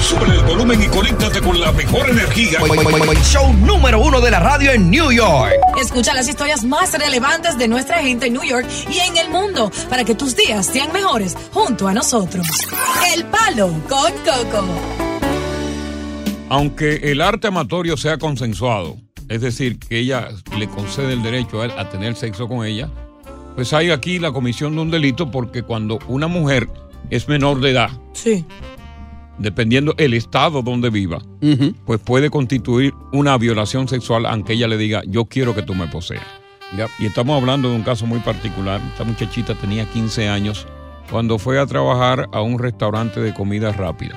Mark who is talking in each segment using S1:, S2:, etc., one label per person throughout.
S1: Sube el volumen y conéctate con la mejor energía.
S2: Show número uno de la radio en New York.
S3: Escucha las historias más relevantes de nuestra gente en New York y en el mundo para que tus días sean mejores junto a nosotros. El Palo con Coco.
S1: Aunque el arte amatorio sea consensuado, es decir, que ella le concede el derecho a, él a tener sexo con ella, pues hay aquí la comisión de un delito porque cuando una mujer es menor de edad,
S3: Sí.
S1: dependiendo el estado donde viva, pues puede constituir una violación sexual aunque ella le diga, yo quiero que tú me poseas. Y estamos hablando de un caso muy particular. Esta muchachita tenía 15 años cuando fue a trabajar a un restaurante de comida rápida.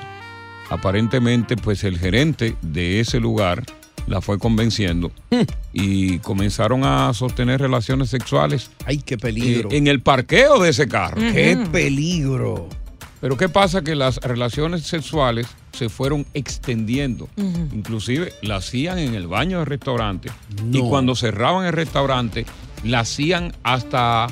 S1: Aparentemente, pues el gerente de ese lugar la fue convenciendo y comenzaron a sostener relaciones sexuales
S2: Ay, qué
S1: eh,
S2: peligro.
S1: en el parqueo de ese carro.
S2: Qué peligro.
S1: Pero ¿qué pasa? Que las relaciones sexuales se fueron extendiendo. Inclusive la hacían en el baño del restaurante. Y cuando cerraban el restaurante, la hacían hasta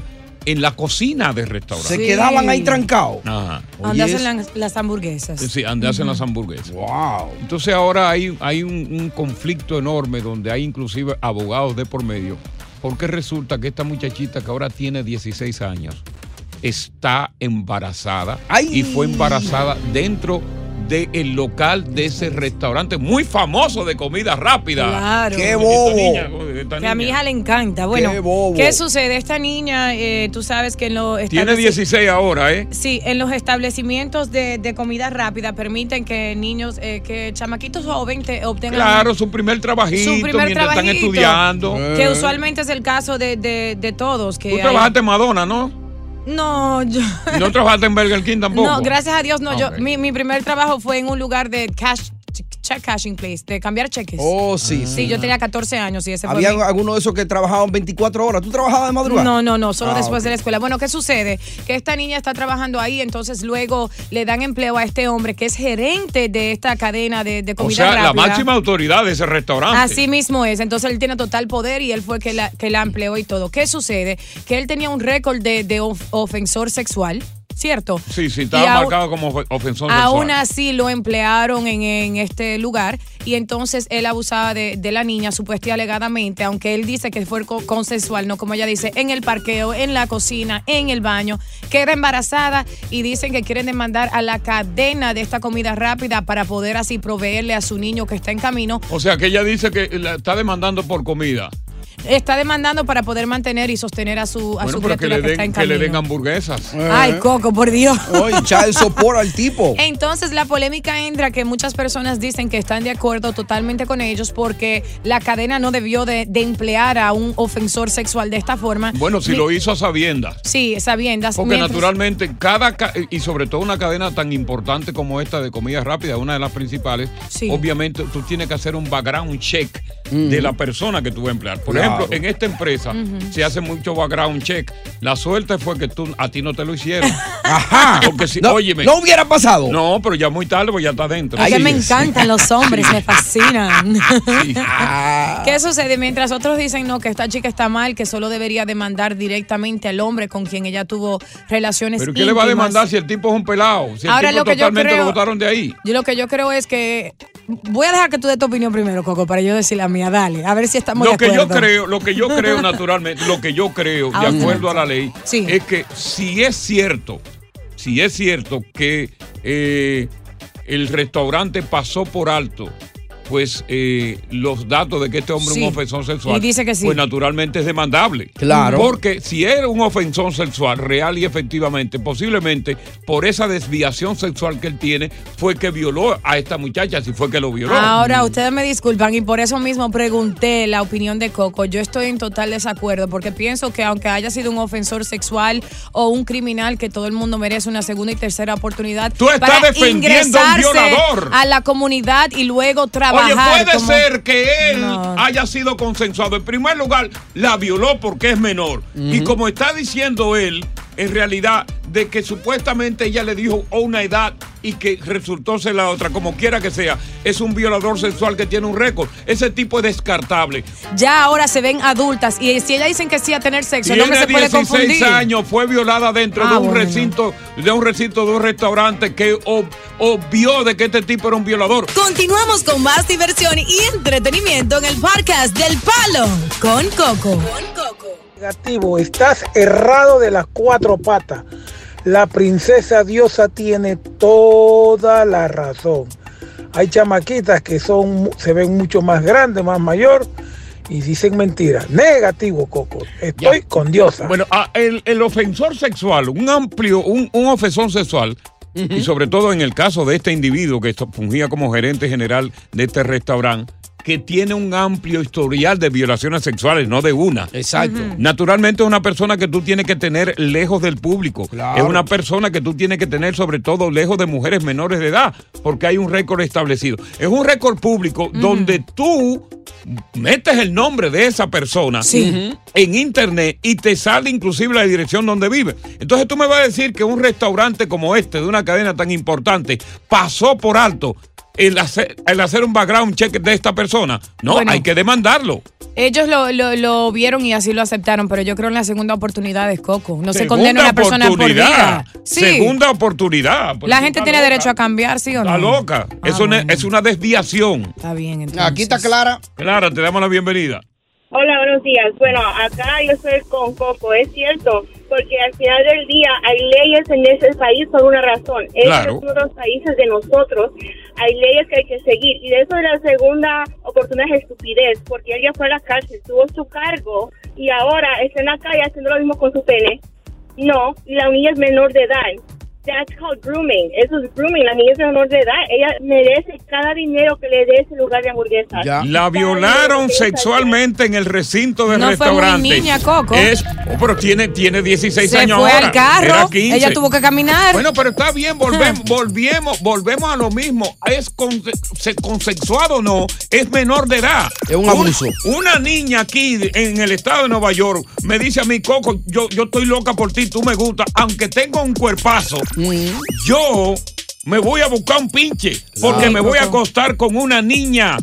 S1: en la cocina del
S2: Se
S1: restaurante.
S3: Sí.
S2: quedaban ahí trancados.
S1: Ajá.
S3: Donde
S2: Oye,
S3: hacen las, las hamburguesas.
S1: Sí, donde hacen las hamburguesas.
S2: Wow.
S1: Entonces ahora hay, hay un, un conflicto enorme donde hay inclusive abogados de por medio, porque resulta que esta muchachita que ahora tiene 16 años está embarazada
S2: ¡Ay!
S1: y fue embarazada dentro del local de ese restaurante muy famoso de comida rápida.
S3: Claro.
S2: Qué
S1: Esta
S2: bobo.
S1: niña, esta
S3: Que a mi
S1: niña.
S3: hija le encanta. Bueno,
S2: Qué bobo.
S3: sucede? Esta niña, eh, tú sabes que en los
S1: Tiene
S3: estableci-
S1: 16 ahora, ¿eh?
S3: Sí, en los establecimientos de, de comida rápida permiten que niños, eh, que chamaquitos jóvenes te- obtengan.
S1: Claro, su primer trabajito
S3: Su primer
S1: mientras están
S3: trabajito.
S1: estudiando.
S3: Que usualmente es el caso de, de- de todos. Que
S1: Eh. Tú
S3: hay-
S1: trabajaste en Madonna, ¿no?
S3: No, yo.
S1: No trabajaste en Burger King tampoco.
S3: No, gracias a Dios, no.
S1: Ok.
S3: Yo, mi, mi primer trabajo fue en un lugar de cash, check cashing place, de cambiar cheques.
S2: Oh, sí.
S3: Sí, yo tenía 14 años y ese fue
S2: Había
S3: mi-
S2: alguno de esos que trabajaban 24 horas. ¿Tú trabajabas de madrugada?
S3: No, no, no, solo
S2: Ah,
S3: después
S2: ok.
S3: de la escuela. Bueno, ¿qué sucede? Que esta niña está trabajando ahí, entonces luego le dan empleo a este hombre que es gerente de esta cadena de, de
S1: O
S3: comida
S1: sea, la
S3: rápida.
S1: máxima autoridad de ese restaurante.
S3: Así mismo es, entonces él tiene total poder y él fue que la, que la empleó y todo. ¿Qué sucede? Que él tenía un récord de, de of- ofensor sexual, ¿cierto?
S1: Sí, sí,
S3: Y
S1: estaba
S3: aún-
S1: marcado como ofe- ofensor
S3: Aún
S1: sexual.
S3: así lo emplearon en, en este lugar y entonces él abusaba de, de la niña supuesta y alegadamente, aunque él dice que fue co- consensual, no como ella dice, en el parqueo, en la cocina, en el baño, queda embarazada y dicen que quieren demandar a la cadena de esta comida rápida para poder así proveerle a su niño que está en camino.
S1: O sea, que ella dice que la está demandando por comida.
S3: Está demandando para poder mantener y sostener a su, a
S1: bueno,
S3: su
S1: pero que
S3: criatura que,
S1: le, den,
S3: está en
S1: que
S3: camino.
S1: le den hamburguesas.
S3: Ay, Coco, por Dios.
S2: Oye, child support al
S1: Oh.
S2: tipo.
S3: Entonces la polémica entra que muchas personas dicen que están de acuerdo totalmente con ellos porque la cadena no debió de, de emplear a un ofensor sexual de esta forma.
S1: Bueno, si
S3: Ni-
S1: lo hizo a sabiendas.
S3: Sí, sabiendas.
S1: Porque
S3: mientras-
S1: naturalmente cada ca- y sobre todo una cadena tan importante como esta de comida rápida, una de las principales,
S3: Sí.
S1: obviamente tú tienes que hacer un background check de la persona que tú vas a emplear. Por
S2: Claro.
S1: ejemplo, en esta empresa se hace mucho background check. La suerte fue que tú a ti no te lo hicieron.
S2: Ajá.
S1: Porque si-
S2: no,
S1: óyeme.
S2: No hubiera pasado.
S1: No, pero ya muy tarde, pues ya está dentro.
S3: Es que
S2: Ahí
S3: me
S2: es.
S3: encantan los hombres, me fascinan.
S1: Sí.
S2: Ah,
S3: ¿Qué sucede? Mientras otros dicen no, que esta chica está mal, que solo debería demandar directamente al hombre con quien ella tuvo relaciones
S1: Pero ¿qué le va a
S3: íntimas.
S1: demandar si el tipo es un pelado? Si el
S3: Ahora,
S1: tipo
S3: lo que yo
S1: totalmente
S3: creo-
S1: lo botaron de ahí.
S3: Yo lo que yo creo es que voy a dejar que tú des tu opinión primero, Coco, para yo decir la mía. Dale, a ver si estamos
S1: Lo
S3: de
S1: que
S3: acuerdo.
S1: yo creo, lo que yo creo naturalmente, lo que yo creo, de
S3: Ah, ok.
S1: acuerdo a la ley,
S3: Sí.
S1: es que si es cierto, si es cierto que eh, el restaurante pasó por alto pues eh, los datos de que este hombre es
S3: Sí.
S1: un ofensor sexual,
S3: Y dice que sí.
S1: pues naturalmente es demandable.
S2: Claro.
S1: Porque si era un ofensor sexual real y efectivamente, posiblemente por esa desviación sexual que él tiene, fue que violó a esta muchacha, si fue que lo violó.
S3: Ahora, ustedes me disculpan y por eso mismo pregunté la opinión de Coco. Yo estoy en total desacuerdo porque pienso que aunque haya sido un ofensor sexual o un criminal, que todo el mundo merece una segunda y tercera oportunidad
S1: Tú estás
S3: para
S1: defendiendo a un
S3: ingresarse
S1: violador.
S3: a la comunidad y luego trabajar.
S1: Oye, puede
S3: como-
S1: ser que él
S3: No.
S1: haya sido consensuado. En primer lugar, la violó porque es menor. Y como está diciendo él, en realidad, de que supuestamente ella le dijo a una edad y que resultó ser la otra, como quiera que sea, es un violador sexual que tiene un récord. Ese tipo es descartable.
S3: Ya ahora se ven adultas y si ellas dicen que sí a tener sexo, el hombre
S1: Tiene
S3: se puede
S1: 16
S3: confundir.
S1: años, fue violada dentro
S3: Ah,
S1: de un
S3: bueno.
S1: recinto, de un recinto de un restaurante que ob- obvió de que este tipo era un violador.
S4: Continuamos con más diversión y entretenimiento en el podcast del Palo con Coco.
S5: Negativo, estás errado de las cuatro patas. La princesa diosa tiene toda la razón. Hay chamaquitas que son, se ven mucho más grandes, más mayor y dicen mentiras. Negativo, Coco. Estoy
S1: Ya.
S5: con diosa.
S1: Bueno, ah, el, el ofensor sexual, un amplio, un, un ofensor sexual, y sobre todo en el caso de este individuo que esto- fungía como gerente general de este restaurante, que tiene un amplio historial de violaciones sexuales, no de una.
S2: Exacto.
S1: Naturalmente es una persona que tú tienes que tener lejos del público.
S2: Claro.
S1: Es una persona que tú tienes que tener sobre todo lejos de mujeres menores de edad, porque hay un récord establecido. Es un récord público donde tú metes el nombre de esa persona en internet y te sale inclusive la dirección donde vive. Entonces tú me vas a decir que un restaurante como este, de una cadena tan importante, pasó por alto. El hacer, el hacer un background check de esta persona. No,
S3: Bueno.
S1: hay que demandarlo.
S3: Ellos lo, lo- lo vieron y así lo aceptaron, pero yo creo en la segunda oportunidad es Coco. No se
S1: Segunda
S3: condena a una persona por vida.
S1: oportunidad.
S3: Sí.
S1: Segunda oportunidad. Pero
S3: la
S1: tú
S3: gente
S1: estás
S3: tiene
S1: loca.
S3: derecho a cambiar, ¿sí o no?
S1: Está loca.
S3: Ah,
S1: Eso ne-
S3: bueno.
S1: es una desviación.
S3: Está bien, entonces.
S2: Aquí está Clara.
S1: Clara, te damos la bienvenida.
S6: Hola, buenos días. Bueno, acá yo estoy con Coco, es cierto, porque al final del día hay leyes en ese país por una razón. Este
S1: Claro.
S6: es uno de los países de nosotros. Hay leyes que hay que seguir. Y de eso de la segunda oportunidad es estupidez, porque él ya fue a la cárcel, tuvo su cargo y ahora está en la calle haciendo lo mismo con su pene. No, y la niña es menor de edad. That's called grooming. Eso es grooming. La niña es menor de edad. Ella merece cada dinero que le dé ese lugar de hamburguesas.
S2: Ya.
S1: La
S6: Ay,
S1: violaron
S6: Dios,
S1: sexualmente en el recinto del
S3: No fue muy
S1: restaurante.
S3: niña, Coco.
S1: Es, oh, pero tiene, tiene 16
S3: Se
S1: años
S3: fue
S1: ahora.
S3: al carro.
S1: Era 15.
S3: Ella tuvo que caminar.
S1: Bueno, pero está bien, volvemos, volvemos, volvemos a lo mismo. Es con- se- consensuado o no, es menor de edad.
S2: Es un abuso.
S1: una niña aquí de- en el estado de Nueva York me dice a mi Coco, yo, yo estoy loca por ti, tú me gustas, aunque tengo un cuerpazo, yo me voy a buscar un pinche porque
S3: Ay,
S1: me voy a
S3: Coco.
S1: acostar con una niña.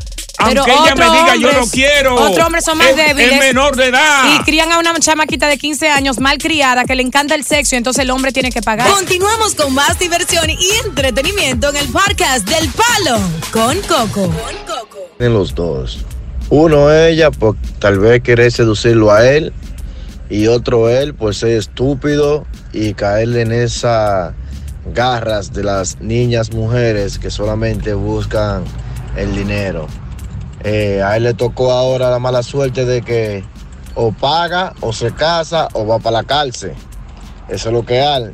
S3: Pero
S1: aunque ella me
S3: otros
S1: diga yo no
S3: hombres-
S1: quiero.
S3: otros hombres son más
S1: es,
S3: débiles.
S1: Es menor de edad.
S3: Y crían a una chamaquita de 15 años mal criada que le encanta el sexo y entonces el hombre tiene que pagar.
S4: Continuamos con más diversión y entretenimiento en el podcast del Palo con Coco.
S7: Tienen los dos. Uno ella, pues tal vez quiere seducirlo a él. Y otro él, pues es estúpido y caerle en esas garras de las niñas mujeres que solamente buscan el dinero. Eh, a él le tocó ahora la mala suerte de que o paga o se casa o va para la cárcel. Eso es lo que hay.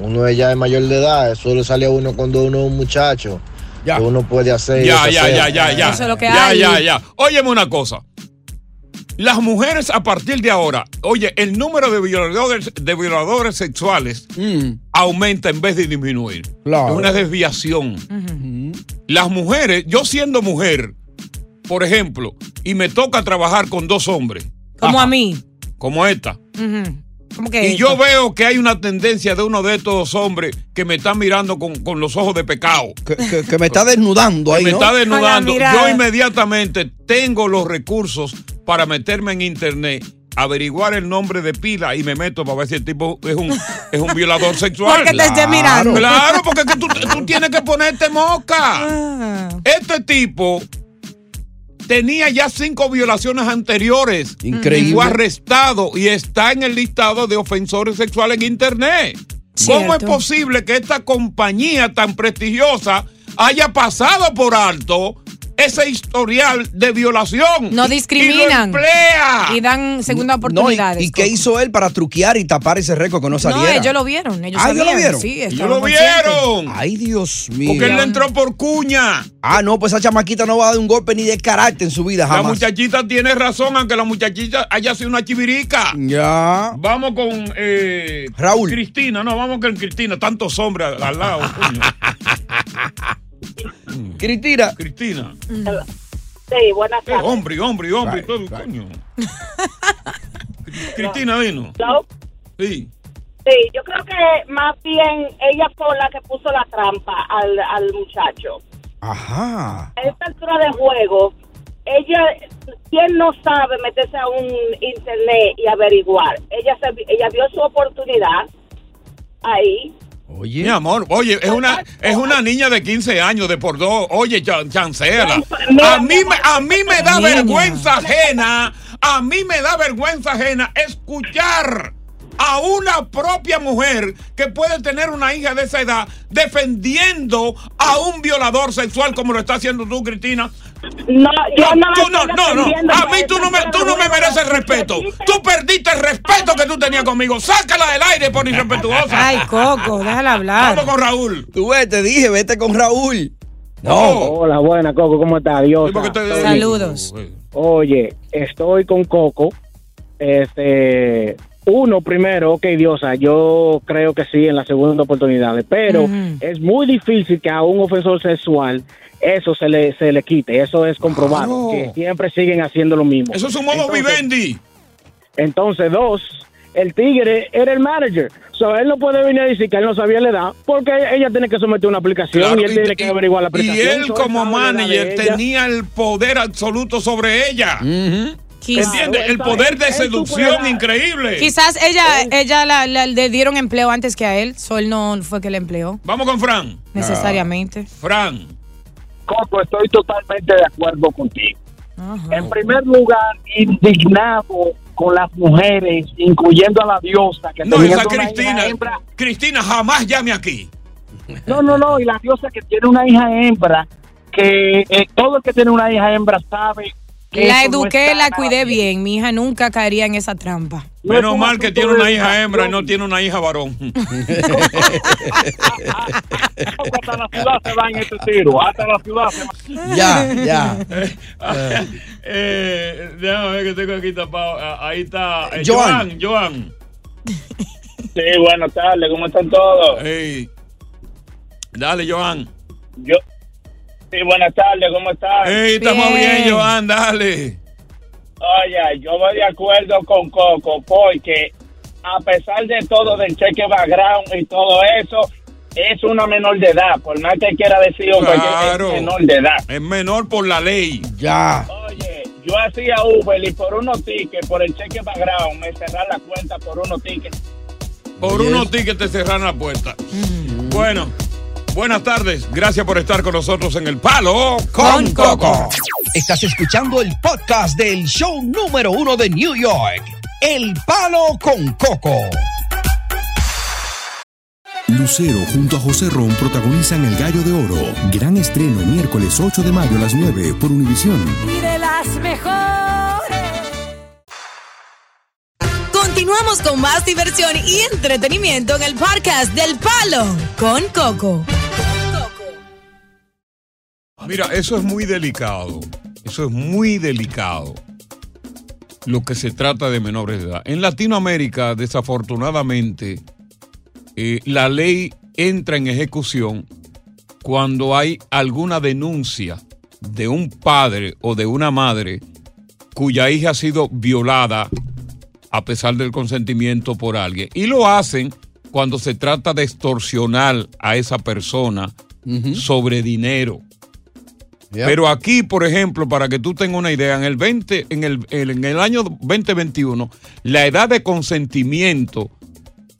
S7: Uno ella es mayor de edad, eso le sale a uno cuando uno es un muchacho.
S2: Ya.
S7: que Uno puede hacer. y
S1: Ya, ya,
S7: deshacer.
S1: ya, ya, ya.
S3: Eso es lo que
S1: ya,
S3: hay.
S1: ya, ya. Óyeme una cosa. Las mujeres a partir de ahora, oye, el número de violadores, de violadores sexuales
S2: Mm,
S1: aumenta en vez de disminuir.
S2: Claro.
S1: Es una desviación.
S3: Eh,
S1: Las mujeres, yo siendo mujer, por ejemplo, y me toca trabajar con dos hombres,
S3: Como
S1: Ajá.
S3: a mí.
S1: como esta,
S3: Ujú. ¿Cómo que
S1: y
S3: esto?
S1: yo veo que hay una tendencia de uno de estos dos hombres que me están mirando con, con los ojos de pecado.
S2: que, que- que me está desnudando ahí,
S1: me
S2: ¿no?
S1: está desnudando.
S3: Con la mirada.
S1: Yo inmediatamente tengo los recursos para meterme en internet, averiguar el nombre de pila y me meto para ver si el tipo es un, es un violador sexual.
S3: Porque te esté
S1: Claro.
S3: mirando.
S1: Claro, porque es que tú, tú tienes que ponerte mosca.
S3: Ah.
S1: Este tipo tenía ya cinco violaciones anteriores.
S2: Increíble.
S1: Y fue arrestado y está en el listado de ofensores sexuales en Internet. ¿Cómo es
S3: Cierto.
S1: posible que esta compañía tan prestigiosa haya pasado por alto ese historial de violación.
S3: No discriminan.
S1: Y lo emplea.
S3: Y dan
S8: No,
S3: segunda
S8: y,
S3: oportunidad.
S8: ¿y qué hizo él para truquear y tapar ese récord que no
S3: No,
S8: saliera?
S3: ellos lo vieron. Ellos
S8: ah,
S3: sabían.
S8: ¿ellos lo vieron.
S3: Sí,
S8: Ellos
S3: estaban conscientes.
S8: Ay, Dios mío.
S1: Porque él le entró por cuña.
S8: Ah, no, pues esa chamaquita no va a dar un golpe ni de carácter en su vida
S1: La
S8: jamás.
S1: muchachita tiene razón, aunque la muchachita haya sido una chivirica.
S8: Ya.
S1: Vamos con eh,
S8: Raúl.
S1: Cristina, no, vamos con Cristina. Tantos hombres al- al lado.
S8: Mm. Cristina.
S1: Cristina.
S9: Sí, buenas
S1: Eh,
S9: tardes.
S1: hombre, hombre, hombre, todo, coño. Cri- Cristina, vino.
S9: Hello.
S1: Sí.
S9: Sí, yo creo que más bien ella fue la que puso la trampa al, al muchacho.
S8: Ajá.
S9: A esta altura de juego, ella, ¿quién no sabe meterse a un internet y averiguar? Ella, se, ella vio su oportunidad ahí.
S8: Oye.
S1: Mi amor, oye, es una, es una niña de 15 años de por dos. Oye, chan- chancéala. A mí, me- a mí me da
S10: Niña.
S1: vergüenza ajena. A mí me da vergüenza ajena escuchar a una propia mujer que puede tener una hija de esa edad defendiendo a un violador sexual como lo está haciendo tú, Cristina.
S9: No, yo no la
S1: tú
S9: estoy
S1: no, no, no.
S9: defendiendo,
S1: A mí
S9: maestra,
S1: tú no me, tú no me mereces respeto. Tú perdiste el respeto que tú tenías conmigo. Sácala del aire por irrespetuosa.
S3: Ay, Coco, déjala hablar.
S1: Vamos con Raúl.
S8: Tú ves, te dije, vete con Raúl.
S11: Hola, buena, Coco, ¿cómo estás? Dios.
S3: Saludos.
S11: Oye, estoy con Coco. Este, uno primero, ok, Diosa, yo creo que sí en las segundas oportunidades, pero es muy difícil que a un ofensor sexual eso se le, se le quite, eso es comprobado, que siempre siguen haciendo lo mismo.
S1: Eso es un modo vivendi.
S11: Entonces, dos, el tigre era el manager. So, él no puede venir a decir que él no sabía la edad, porque ella tiene que someter una aplicación
S1: Claro,
S11: y él tiene que averiguar la
S1: y
S11: aplicación.
S1: él
S11: So,
S1: como
S11: sabe la edad de
S1: manager
S11: ella.
S1: tenía el poder absoluto sobre ella.
S3: Quizá-
S1: ¿Entiendes? El
S3: Claro,
S1: poder de
S3: él
S1: seducción increíble. Eh, Oh.
S3: Quizás ella, ella la- la- le dieron empleo antes que a él. Sol no fue que le empleó.
S1: Vamos con Fran. Ah.
S3: Necesariamente.
S1: Fran.
S12: Coco, estoy totalmente de acuerdo contigo.
S1: Ah,
S3: Ajá.
S12: En primer lugar, indignado con las mujeres, incluyendo a la diosa. Que
S1: No,
S12: tenía
S1: esa
S12: una hija
S1: Cristina.
S12: hembra.
S1: Cristina, jamás llame aquí.
S12: No, no, no, y la diosa que tiene una hija hembra, que eh, todo el que tiene una hija hembra sabe que...
S3: La
S12: eso no
S3: eduqué,
S12: está
S3: la
S12: nada
S3: cuidé bien. Mi hija nunca caería en esa trampa.
S1: Menos mal que tiene una hija hembra y no tiene una hija varón.
S12: hasta la ciudad se va en este tiro, hasta la ciudad se va.
S1: Ya, ya. Eh, déjame ver que tengo aquí tapado. Ah, Ahí está. eh,
S13: Joan.
S1: Joan, Joan.
S13: Sí, buenas tardes, ¿cómo están todos?
S1: Hey. Dale, Joan.
S13: Yo. Sí, buenas tardes, ¿cómo están?
S1: Hey, estamos bien, Joan, dale.
S13: Oye, yo voy de acuerdo con Coco, porque a pesar de todo, del cheque background y todo eso, es una menor de edad, por más que quiera decir o cualquier-
S1: Claro.
S13: es menor de edad.
S1: Es menor por la ley.
S8: Ya.
S13: Yo hacía Uber y por unos tickets, por el cheque background, me cerrar la cuenta por unos tickets.
S1: Por unos tickets te cerraron la puerta. Bueno, buenas tardes. Gracias por estar con nosotros en El Palo con Coco.
S8: Estás escuchando el podcast del show número uno de New York, El Palo con Coco.
S14: Lucero junto a José Ron protagonizan El Gallo de Oro. Gran estreno miércoles 8 de mayo a las 9 por Univisión.
S15: y de las mejores.
S4: Continuamos con más diversión y entretenimiento en el podcast del Palo con Coco.
S1: Mira, eso es muy delicado. Eso es muy delicado. Lo que se trata de menores de edad. En Latinoamérica, desafortunadamente, eh, la ley entra en ejecución cuando hay alguna denuncia de un padre o de una madre cuya hija ha sido violada a pesar del consentimiento por alguien. Y lo hacen cuando se trata de extorsionar a esa persona sobre dinero. Pero aquí, por ejemplo, para que tú tengas una idea, en el 20, en el, en el año 2021, la edad de consentimiento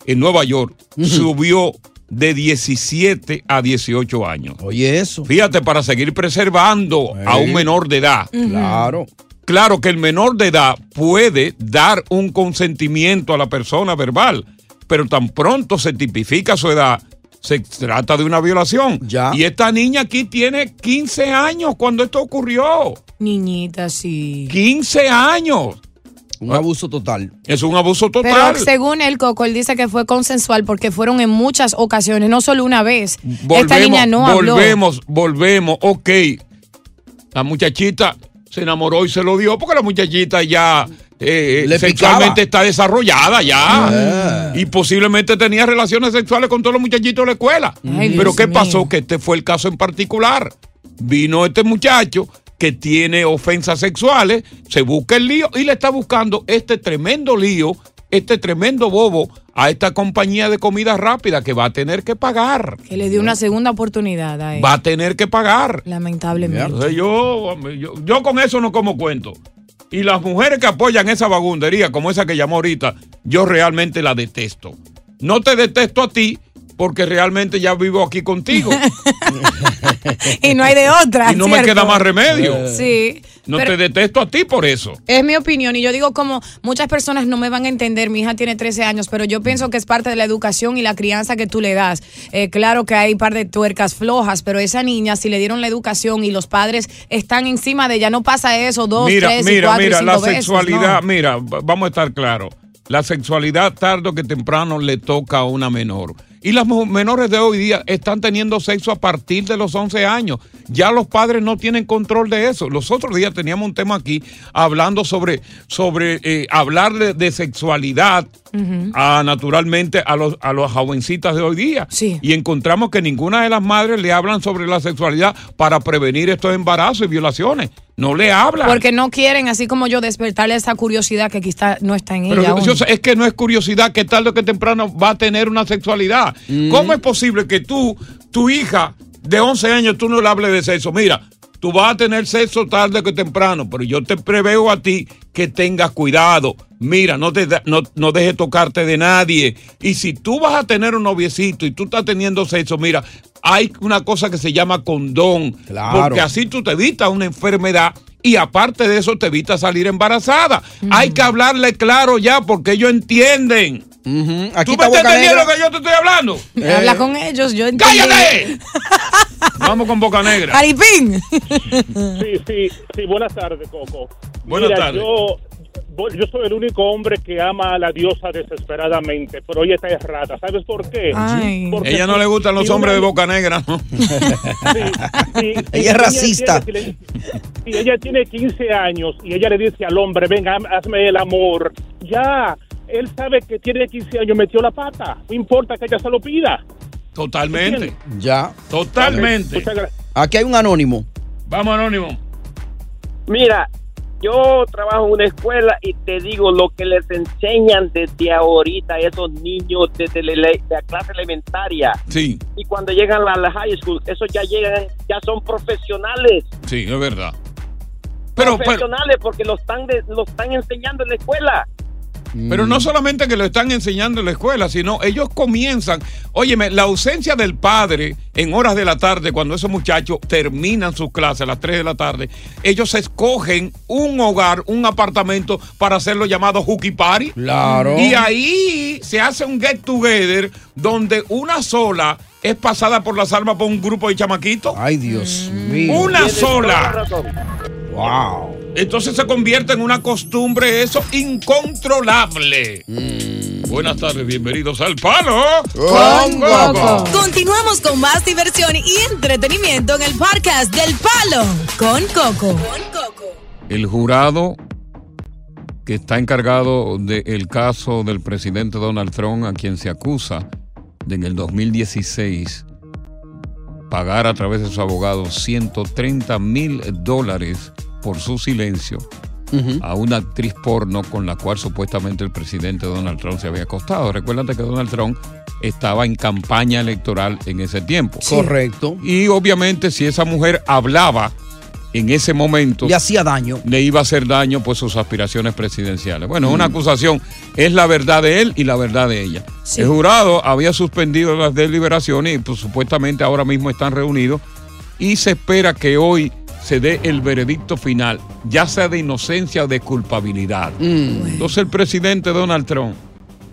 S1: en Nueva York subió de 17 a 18 años.
S8: Oye, eso.
S1: Fíjate, para seguir preservando a un menor de edad.
S8: Ujú. Claro.
S1: Claro que el menor de edad puede dar un consentimiento a la persona verbal, pero tan pronto se tipifica su edad, Se trata de una violación. Y esta niña aquí tiene 15 años cuando esto ocurrió.
S3: Niñita, sí.
S1: 15 años.
S8: Un abuso total.
S1: Es un abuso total.
S3: Pero según el Coco, él dice que fue consensual porque fueron en muchas ocasiones, no solo una vez. Esta niña no habló.
S1: volvemos, volvemos. Ok. La muchachita se enamoró y se lo dio porque la muchachita ya eh, eh,
S8: Le
S1: sexualmente
S8: picaba. Ah.
S1: está desarrollada ya. Ah. Y posiblemente tenía relaciones sexuales con todos los muchachitos de la escuela.
S8: Ay,
S1: Pero
S8: Dios
S1: ¿qué
S8: mío.
S1: pasó? Que este fue el caso en particular. Vino este muchacho que tiene ofensas sexuales, se busca el lío y le está buscando este tremendo lío, este tremendo bobo a esta compañía de comida rápida que va a tener que pagar.
S3: Que le dio una segunda oportunidad a él.
S1: Va a tener que pagar.
S3: Lamentablemente.
S1: Entonces yo, yo, yo con eso no como cuento. Y las mujeres que apoyan esa vagundería, como esa que llamó ahorita, yo realmente la detesto. No te detesto a ti, porque realmente ya vivo aquí contigo.
S3: y no hay de otra.
S1: y no me
S3: ¿cierto?
S1: queda más remedio.
S3: Sí.
S1: No
S3: pero-
S1: te detesto a ti por eso.
S3: Es mi opinión y yo digo como muchas personas no me van a entender, mi hija tiene 13 años, pero yo pienso que es parte de la educación y la crianza que tú le das. Eh, claro que hay par de tuercas flojas, pero esa niña si le dieron la educación y los padres están encima de ella, no pasa eso dos,
S1: mira,
S3: tres, y
S1: mira,
S3: cuatro, y
S1: mira,
S3: cinco
S1: la
S3: veces,
S1: sexualidad,
S3: ¿no?
S1: mira, va- vamos a estar claros. La sexualidad tarde o que temprano le toca a una menor. Y las mu- menores de hoy día están teniendo sexo a partir de los 11 años. Ya los padres no tienen control de eso. Los otros días teníamos un tema aquí hablando sobre, sobre eh, hablar de, de sexualidad a, naturalmente a los a las jovencitas de hoy día. Y encontramos que ninguna de las madres le hablan sobre la sexualidad para prevenir estos embarazos y violaciones. No le hablan.
S3: Porque no quieren, así como yo, despertarle esa curiosidad que quizá no está en
S1: Pero
S3: ella. aún.
S1: yo- es que no es curiosidad que tarde o que temprano va a tener una sexualidad. ¿Cómo es posible que tú, tu hija de 11 años, tú no le hables de sexo? Mira, tú vas a tener sexo tarde o que temprano, pero yo te preveo a ti que tengas cuidado. Mira, no, te, da- no, no dejes tocarte de nadie. Y si tú vas a tener un noviecito y tú estás teniendo sexo, mira, hay una cosa que se llama condón.
S8: Claro.
S1: Porque así tú te evitas una enfermedad y aparte de eso te evitas salir embarazada. Hay que hablarle claro ya porque ellos entienden.
S8: Aquí
S1: ¿Tú me
S8: está
S1: estás
S8: Boca
S1: entendiendo lo
S8: Negra. Eh.
S1: que yo te estoy hablando?
S3: Habla con ellos, yo entendí.
S1: ¡Cállate! Vamos con Boca Negra.
S3: Aripín.
S12: Sí, sí, sí, buenas tardes, Coco.
S1: Buenas
S12: Mira,
S1: tardes.
S12: Yo, yo soy el único hombre que ama a la diosa desesperadamente, pero ella está errata. ¿Sabes por qué? Porque
S1: Ella no
S12: si-
S1: le gustan los
S12: si
S1: hombres de
S12: una-
S1: Boca Negra. ¿no?
S12: si- si
S1: Ella es racista.
S12: tiene- si, le- si ella tiene 15 años y ella le dice al hombre, venga, haz- hazme el amor, ya, él sabe que tiene 15 años, metió la pata. No importa que ella se lo pida.
S1: Totalmente.
S8: Ya.
S1: Totalmente.
S12: Muchas gracias.
S8: Aquí hay un anónimo.
S1: Vamos, Anónimo.
S16: Mira, yo trabajo en una escuela y te digo lo que les enseñan desde ahorita a esos niños desde la, ele- la clase elementaria.
S1: Sí,
S16: Y cuando llegan a la high school, esos ya llegan, ya son profesionales.
S1: sí, es verdad. Pero, pero,
S16: profesionales porque lo están, de- lo están enseñando en la escuela.
S1: pero
S8: Mm.
S1: no solamente que lo están enseñando en la escuela, sino ellos comienzan. Óyeme, la ausencia del padre en horas de la tarde, cuando esos muchachos terminan sus clases a las 3 de la tarde, ellos escogen un hogar, un apartamento para hacer lo llamado hooky party.
S8: Claro.
S1: Y ahí se hace un get together donde una sola es pasada por las almas por un grupo de chamaquitos.
S8: Ay, Dios mío.
S1: Una
S8: Tienes
S1: sola.
S8: Wow.
S1: Entonces se convierte en una costumbre eso incontrolable. Buenas tardes, bienvenidos al Palo
S4: Con Continuamos con más diversión y entretenimiento en el podcast del Palo con Coco.
S1: El jurado que está encargado del caso del presidente Donald Trump, a quien se acusa de en el 2016 pagar a través de su abogado 130 mil dólares por su silencio a una actriz porno con la cual supuestamente el presidente Donald Trump se había acostado. Recuérdate que Donald Trump estaba en campaña electoral en ese tiempo.
S8: Sí. Correcto.
S1: Y obviamente si esa mujer hablaba en ese momento...
S8: Le hacía daño.
S1: Le iba a hacer daño pues sus aspiraciones presidenciales. Bueno, es una
S8: Mm.
S1: acusación es la verdad de él y la verdad de ella.
S8: Sí.
S1: El jurado había suspendido las deliberaciones y pues, supuestamente ahora mismo están reunidos y se espera que hoy se dé el veredicto final, ya sea de inocencia o de culpabilidad.
S8: Mm.
S1: Entonces el presidente Donald Trump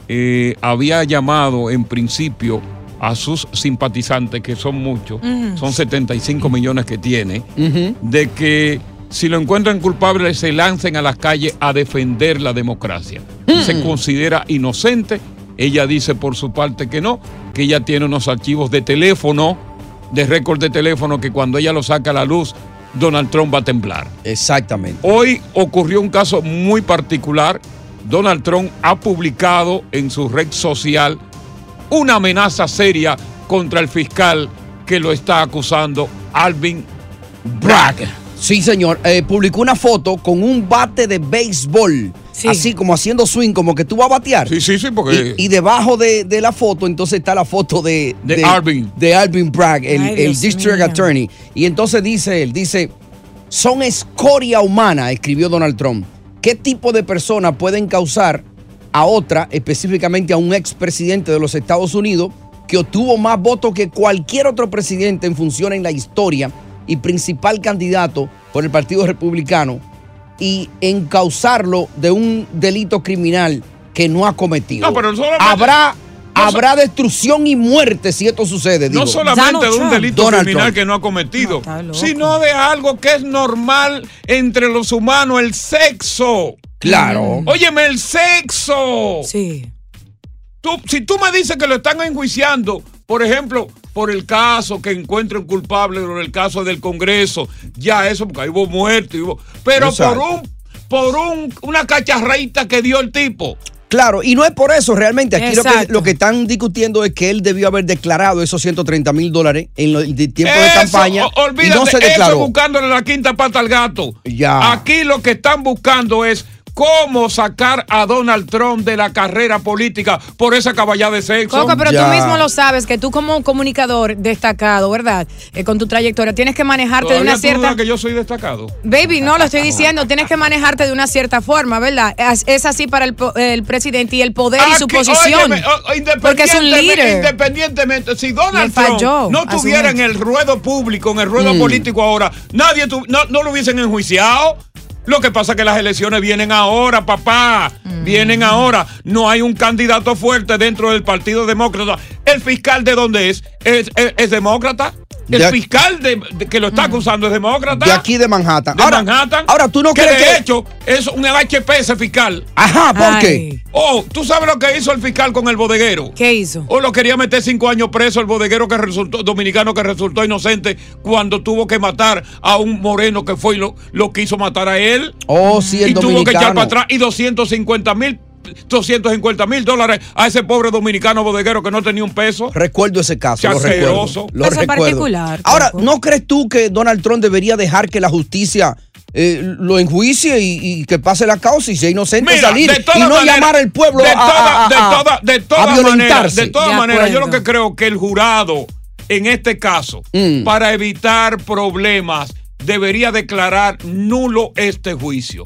S1: eh, había llamado en principio a sus simpatizantes, que son muchos,
S17: Ujú.
S1: son 75 millones que tiene, de que si lo encuentran culpable se lancen a las calles a defender la democracia. Se considera inocente, ella dice por su parte que no, que ella tiene unos archivos de teléfono, de récord de teléfono, que cuando ella lo saca a la luz, Donald Trump va a temblar.
S8: Exactamente.
S1: Hoy ocurrió un caso muy particular. Donald Trump ha publicado en su red social una amenaza seria contra el fiscal que lo está acusando, Alvin
S8: Bragg. Sí, señor. Eh, publicó una foto con un bate de béisbol. Así como haciendo swing, como que tú vas a batear. Sí,
S1: sí, sí, porque.
S8: Y, y debajo de, de la foto, entonces está la foto de.
S1: De Alvin.
S8: De Alvin Bragg, el,
S1: Ay,
S8: el
S1: Dios
S8: District
S1: mío.
S8: Attorney. Y entonces dice él: dice, son escoria humana, escribió Donald Trump. ¿Qué tipo de personas pueden causar a otra, específicamente a un expresidente de los Estados Unidos, que obtuvo más votos que cualquier otro presidente en función en la historia y principal candidato por el Partido Republicano, y encausarlo de un delito criminal que no ha cometido?
S1: No, pero solamente-
S8: habrá, habrá destrucción y muerte si esto sucede.
S1: no
S8: dijo.
S1: solamente de un delito
S8: Donald
S1: criminal
S8: Trump.
S1: que no ha cometido, sino de algo que es normal entre los humanos, el sexo.
S8: Claro.
S1: Óyeme, el sexo. Mm. Sí. Tú, si tú me dices que lo están enjuiciando, por ejemplo, por el caso que encuentren culpable, por el caso del Congreso, ya eso, porque ahí hubo muerto, y hubo- pero por
S8: Exacto.
S1: un, por un, una cacharreita que dio el tipo.
S8: Claro, y no es por eso realmente. Aquí lo que,
S1: Exacto.
S8: lo que están discutiendo es que él debió haber declarado esos 130 mil dólares en lo- el de- tiempo de
S1: Eso,
S8: campaña.
S1: o- olvídate,
S8: y no se
S1: eso
S8: declaró.
S1: buscándole la quinta pata al gato.
S8: Ya.
S1: Aquí lo que están buscando es cómo sacar a Donald Trump de la carrera política por esa caballada de sexo.
S3: Coco, pero tú mismo lo sabes, que tú como comunicador destacado, ¿verdad? Eh, con tu trayectoria, tienes que manejarte de
S1: Todavía
S3: una
S1: tú dudas
S3: cierta...
S1: que yo soy destacado.
S3: Baby, no, lo estoy diciendo, tienes que manejarte de una cierta forma, ¿verdad? Es, es así para el, po- el presidente y el poder y su
S1: Aquí,
S3: posición.
S1: Ah, óyeme, o- o independientemente-
S3: porque es un líder.
S1: Independientemente, si
S3: Le
S1: Donald Trump
S3: falló
S1: no
S3: a su
S1: tuviera en
S3: gente.
S1: el ruedo público, en el ruedo
S8: Mm.
S1: político ahora, nadie tu- no, no lo hubiesen enjuiciado. Lo que pasa es que las elecciones vienen ahora, papá.
S3: Mm.
S1: Vienen ahora. No hay un candidato fuerte dentro del Partido Demócrata. ¿El fiscal de dónde es? ¿Es, es- es demócrata? ¿El
S8: De ac-
S1: fiscal de- de- que lo
S3: Mm.
S1: está acusando es demócrata?
S8: De aquí de Manhattan.
S1: de
S8: ahora,
S1: Manhattan.
S8: ahora, tú no
S1: que
S8: crees
S1: de
S8: que.
S1: hecho es un HP ese fiscal.
S8: Ajá, ¿por qué?
S1: Oh, ¿tú sabes lo que hizo el fiscal con el bodeguero?
S3: ¿Qué hizo?
S1: O lo quería meter cinco años preso el bodeguero que resultó, dominicano que resultó inocente cuando tuvo que matar a un moreno que fue y lo, lo quiso matar a él.
S8: Oh, sí, el
S1: y tuvo que echar
S8: dominicano.
S1: para atrás y 250 mil. 250 mil dólares a ese pobre dominicano bodeguero que no tenía un peso.
S8: Recuerdo ese caso, lo recuerdo.
S1: Chaceroso.
S8: Lo recuerdo. Ahora, ¿no crees tú que Donald Trump debería dejar que la justicia eh, lo enjuicie y, y que pase la causa y sea inocente
S1: Mira,
S8: salir
S1: de todas
S8: y no
S1: maneras,
S8: llamar al pueblo
S1: de
S8: a, a-
S1: toda- de
S8: a- a-
S1: toda- de
S8: a
S1: todas maneras,
S8: violentarse?
S1: de todas maneras, yo lo que creo que el jurado en este caso,
S8: Mm.
S1: para evitar problemas, debería declarar nulo este juicio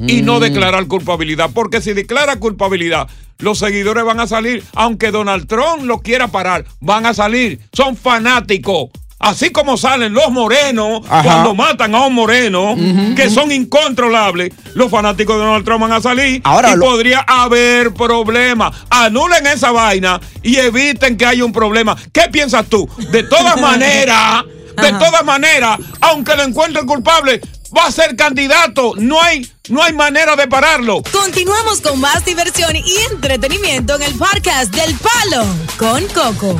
S1: y no
S8: Mm.
S1: declarar culpabilidad, porque si declara culpabilidad, los seguidores van a salir, aunque Donald Trump lo quiera parar, van a salir, son fanáticos. Así como salen los morenos
S8: Ajá.
S1: cuando matan a un moreno, que son incontrolables, los fanáticos de Donald Trump van a salir
S8: Ahora
S1: y
S8: lo-
S1: podría haber problemas. Anulen esa vaina y eviten que haya un problema. ¿Qué piensas tú? De todas maneras, de todas maneras, aunque lo encuentren culpable, va a ser candidato. No hay, no hay manera de pararlo.
S4: Continuamos con más diversión y entretenimiento en el podcast del Palo con Coco.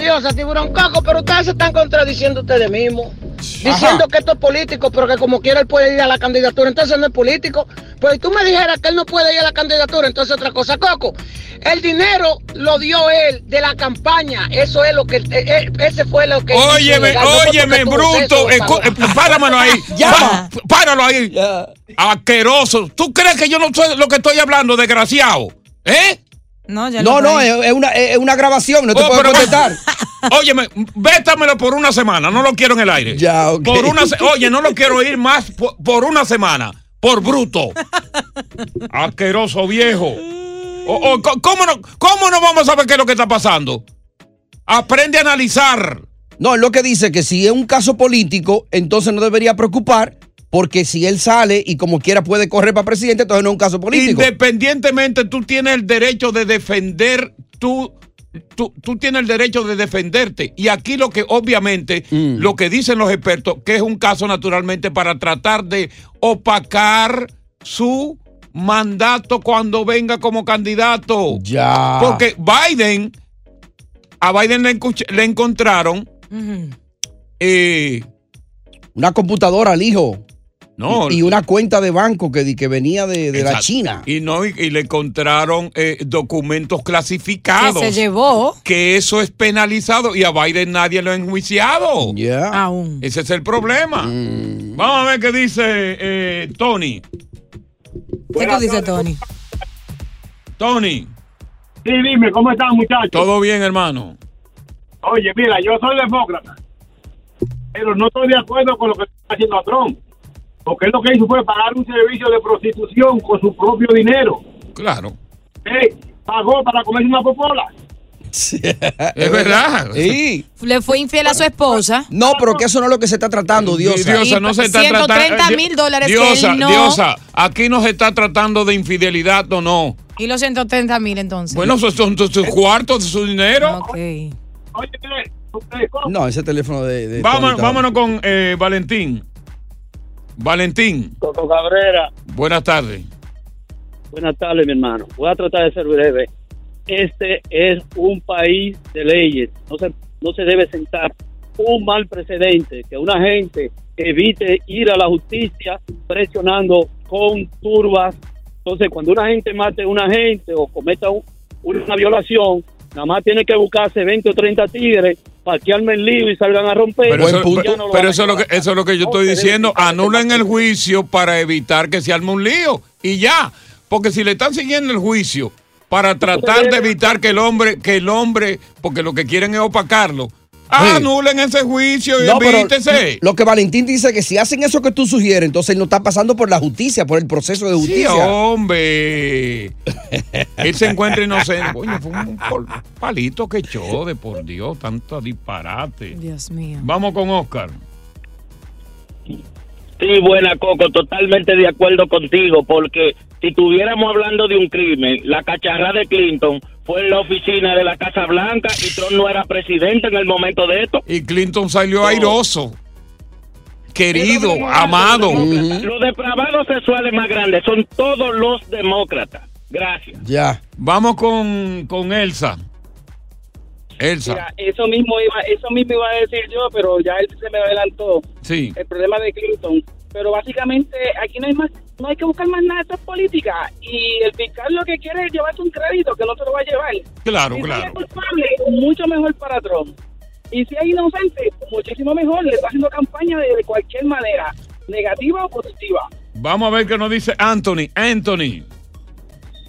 S18: Dios, tiburón caco, pero ustedes se están contradiciendo ustedes mismos. Diciendo que esto es político, pero que como quiera él puede ir a la candidatura, entonces no es político. Pues si tú me dijeras que él no puede ir a la candidatura, entonces otra cosa, Coco. El dinero lo dio él de la campaña, eso es lo que, eh, eh, ese fue lo que...
S1: Óyeme, óyeme, bruto. eh, co- eh, páramelo ahí. Pá- páralo ahí. Asqueroso. ¿Tú crees que yo no sé lo que estoy hablando, desgraciado? ¿Eh?
S3: No,
S8: No, no, es, es una, es una grabación, no te
S1: Oh,
S8: puedo
S1: pero-
S8: contestar.
S1: Óyeme, vétamelo por una semana, no lo quiero en el aire.
S8: Ya, ok.
S1: Por una se- Oye, no lo quiero ir más po- por, una semana, por bruto. Asqueroso viejo. O- o, co- ¿cómo, no, ¿Cómo no vamos a saber qué es lo que está pasando? Aprende a analizar.
S8: No, es lo que dice que si es un caso político, entonces no debería preocupar, porque si él sale y como quiera puede correr para presidente, entonces no es un caso político.
S1: Independientemente, tú tienes el derecho de defender tu tú, tú tienes el derecho de defenderte. Y aquí lo que obviamente,
S8: Mm.
S1: lo que dicen los expertos, que es un caso naturalmente para tratar de opacar su mandato cuando venga como candidato.
S8: Ya.
S1: Porque Biden, a Biden le, encuch- le encontraron... eh,
S8: una computadora al hijo.
S1: No.
S8: Y, y una cuenta de banco que, di- que venía de, de la
S1: Exacto.
S8: China.
S1: Y no, y, y le encontraron eh, documentos clasificados.
S3: Que se llevó.
S1: Que eso es penalizado y a Biden nadie lo ha enjuiciado.
S3: Aún.
S1: Ese es el problema. Vamos a ver qué dice eh, Tony.
S3: ¿Qué tú dices, Tony?
S1: Tony.
S17: Sí, dime, ¿cómo están, muchachos?
S1: Todo bien, hermano.
S17: Oye, mira, yo soy demócrata, pero no estoy de acuerdo con lo que está haciendo Trump. Porque él lo que hizo fue pagar un servicio de prostitución con su propio dinero.
S1: Claro.
S17: Eh, pagó para comerse una popola.
S1: es verdad.
S8: Sí.
S3: Le fue infiel a su esposa.
S8: No, pero que eso no es lo que se está tratando, Diosa.
S1: Diosa, no se está
S3: 130
S1: tratando-
S3: mil dólares que
S1: Diosa,
S3: él no-
S1: Diosa, aquí no se está tratando de infidelidad o no.
S3: Y los 130 mil entonces.
S1: Bueno, son son- son sus cuartos, su dinero.
S8: No, ese teléfono de. de Tony
S1: Vámonos,
S8: está-
S1: vámonos con eh, Valentín. Valentín.
S19: Coco Cabrera.
S1: Buenas tardes.
S19: Buenas tardes, mi hermano. Voy a tratar de ser breve. Este es un país de leyes. No se, no se debe sentar un mal precedente que una gente evite ir a la justicia presionando con turbas. Entonces, cuando una gente mate a una gente o cometa un- una violación, nada más tiene que buscarse 20 o 30 tigres, parquearme el lío y salgan a romper.
S1: Pero, eso,
S19: Ya
S1: pero-
S19: no lo
S1: pero
S19: van a
S1: eso es lo que, eso es lo que yo estoy diciendo. Anulan el juicio para evitar que se arme un lío. Y ya. Porque si le están siguiendo el juicio para tratar de evitar que el hombre, que el hombre, porque lo que quieren es opacarlo, anulen ese juicio y
S8: No, pero
S1: evítese.
S8: lo que Valentín dice que si hacen eso que tú sugieres, entonces él no está pasando por la justicia, por el proceso de
S1: Sí, oh.
S8: justicia.
S1: hombre. Él se encuentra inocente. Coño, fue un pol- palito que echó de por Dios, tanto disparate.
S3: Dios mío.
S1: Vamos con Oscar.
S20: Sí, buena Coco, totalmente de acuerdo contigo, porque si estuviéramos hablando de un crimen, la cacharra de Clinton fue en la oficina de la Casa Blanca y Trump no era presidente en el momento de esto.
S1: Y Clinton salió airoso, querido, amado.
S20: Los depravados sexuales más grandes son todos los demócratas. Gracias.
S8: Ya.
S1: Vamos con, con Elsa. Elsa.
S11: Mira, eso mismo iba, eso mismo iba a decir yo, pero ya él se me adelantó.
S1: Sí.
S11: El problema de Clinton. Pero básicamente aquí no hay más, no hay que buscar más nada, esto es política. Y el fiscal lo que quiere es llevarse un crédito que no se lo va a llevar.
S1: Claro,
S11: Y Si
S1: claro.
S11: es culpable, mucho mejor para Trump. Y si es inocente, muchísimo mejor. Le está haciendo campaña de, de cualquier manera, negativa o positiva.
S1: Vamos a ver qué nos dice Anthony. Anthony.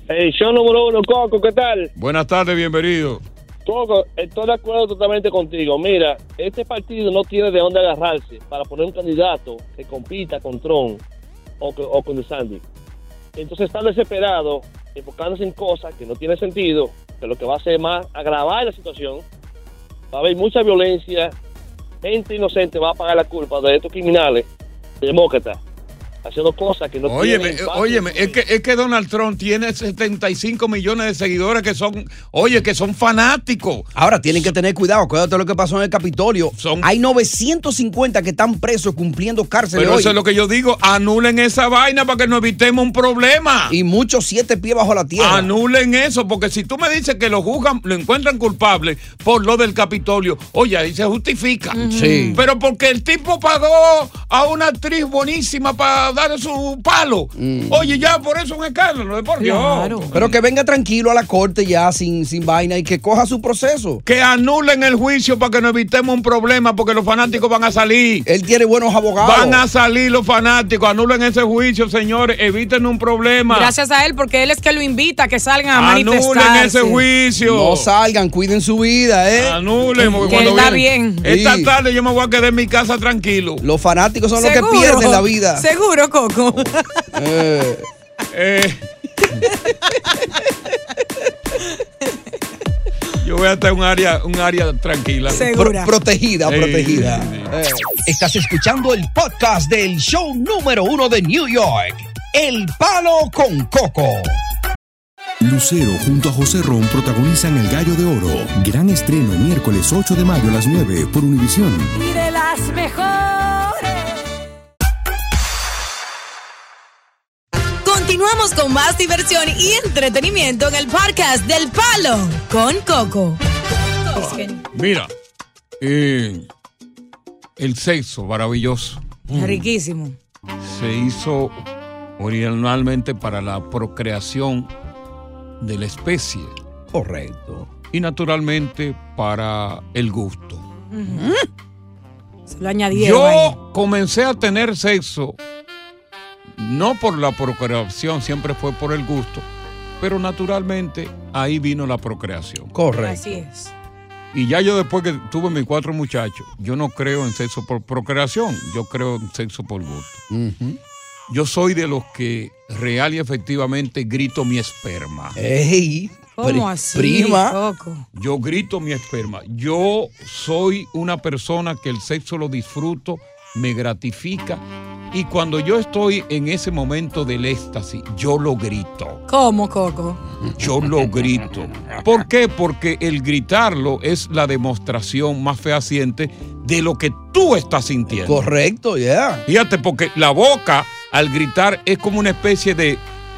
S21: Hey, show número uno, Coco, ¿qué tal?
S1: Buenas tardes, bienvenido.
S21: Coco, estoy de acuerdo totalmente contigo. Mira, este partido no tiene de dónde agarrarse para poner un candidato que compita con Trump o, que- o con Sandy. Entonces están desesperados, enfocándose en cosas que no tienen sentido, que lo que va a hacer es más agravar la situación. Va a haber mucha violencia, gente inocente va a pagar la culpa de estos criminales demócratas haciendo cosas que no
S1: Óyeme,
S21: tienen
S1: eh,
S21: base.
S1: óyeme, es que, es que Donald Trump tiene 75 millones de seguidores que son, oye, que son fanáticos.
S8: Ahora tienen que tener cuidado, acuérdate de lo que pasó en el Capitolio. Hay 950 que están presos cumpliendo cárcel
S1: Pero
S8: hoy.
S1: eso es lo que yo digo, anulen esa vaina para que no evitemos un problema.
S8: Y muchos siete pies bajo la tierra.
S1: Anulen eso, porque si tú me dices que lo juzgan, lo encuentran culpable por lo del Capitolio, oye, ahí se justifica.
S8: Sí.
S1: Pero porque el tipo pagó a una actriz buenísima para darle su palo.
S8: Mm.
S1: Oye, ya por eso es un escándalo, de por Dios.
S8: Pero que venga tranquilo a la corte ya sin, sin vaina y que coja su proceso.
S1: Que anulen el juicio para que no evitemos un problema, porque los fanáticos van a salir.
S8: Él tiene buenos abogados.
S1: Van a salir los fanáticos, anulen ese juicio, señores, eviten un problema.
S3: Gracias a él, porque él es que lo invita a que salgan a
S1: Anulen
S3: manifestarse.
S1: ese juicio.
S8: No salgan, cuiden su vida, ¿eh?
S1: Anulen, porque
S3: Que
S1: cuando
S3: él da
S1: vienen-
S3: bien.
S1: Esta
S8: Sí.
S1: tarde yo me voy a quedar en mi casa tranquilo.
S8: Los fanáticos son los que pierden la vida.
S3: Seguro, Coco.
S8: Eh.
S1: Eh. Yo voy a estar en un área, un área tranquila. Eh,
S2: Segura.
S1: Pro-
S8: protegida,
S1: Sí,
S8: protegida. Eh.
S1: sí, sí.
S2: Estás escuchando el podcast del show número uno de New York, El Palo con Coco.
S14: Lucero junto a José Ron protagonizan El Gallo de Oro. Gran estreno miércoles 8 de mayo a las 9 por Univisión.
S22: y de las mejores.
S4: Continuamos con más diversión y entretenimiento en el podcast del Palo con Coco.
S1: Mira, eh, el sexo maravilloso Mm.
S3: Riquísimo.
S1: se hizo originalmente para la procreación de la especie.
S8: Correcto.
S1: Y naturalmente para el gusto.
S8: Oh.
S3: Se lo añadieron.
S1: Yo
S3: ahí.
S1: comencé a tener sexo no por la procreación, siempre fue por el gusto, pero naturalmente ahí vino la procreación.
S3: Así es.
S1: Y ya yo después que tuve mis cuatro muchachos, yo no creo en sexo por procreación, yo creo en sexo por gusto. Yo soy de los que real y efectivamente grito mi esperma.
S8: Ey,
S3: ¿Cómo
S1: pri-
S3: así? Coco?
S1: Yo grito mi esperma. Yo soy una persona que el sexo lo disfruto, me gratifica. Y cuando yo estoy en ese momento del éxtasis, yo lo grito.
S3: ¿Cómo, Coco?
S1: Yo lo grito. ¿Por qué? Porque el gritarlo es la demostración más fehaciente de lo que tú estás sintiendo.
S8: Correcto, ya.
S1: Fíjate, porque la boca al gritar es como una especie de,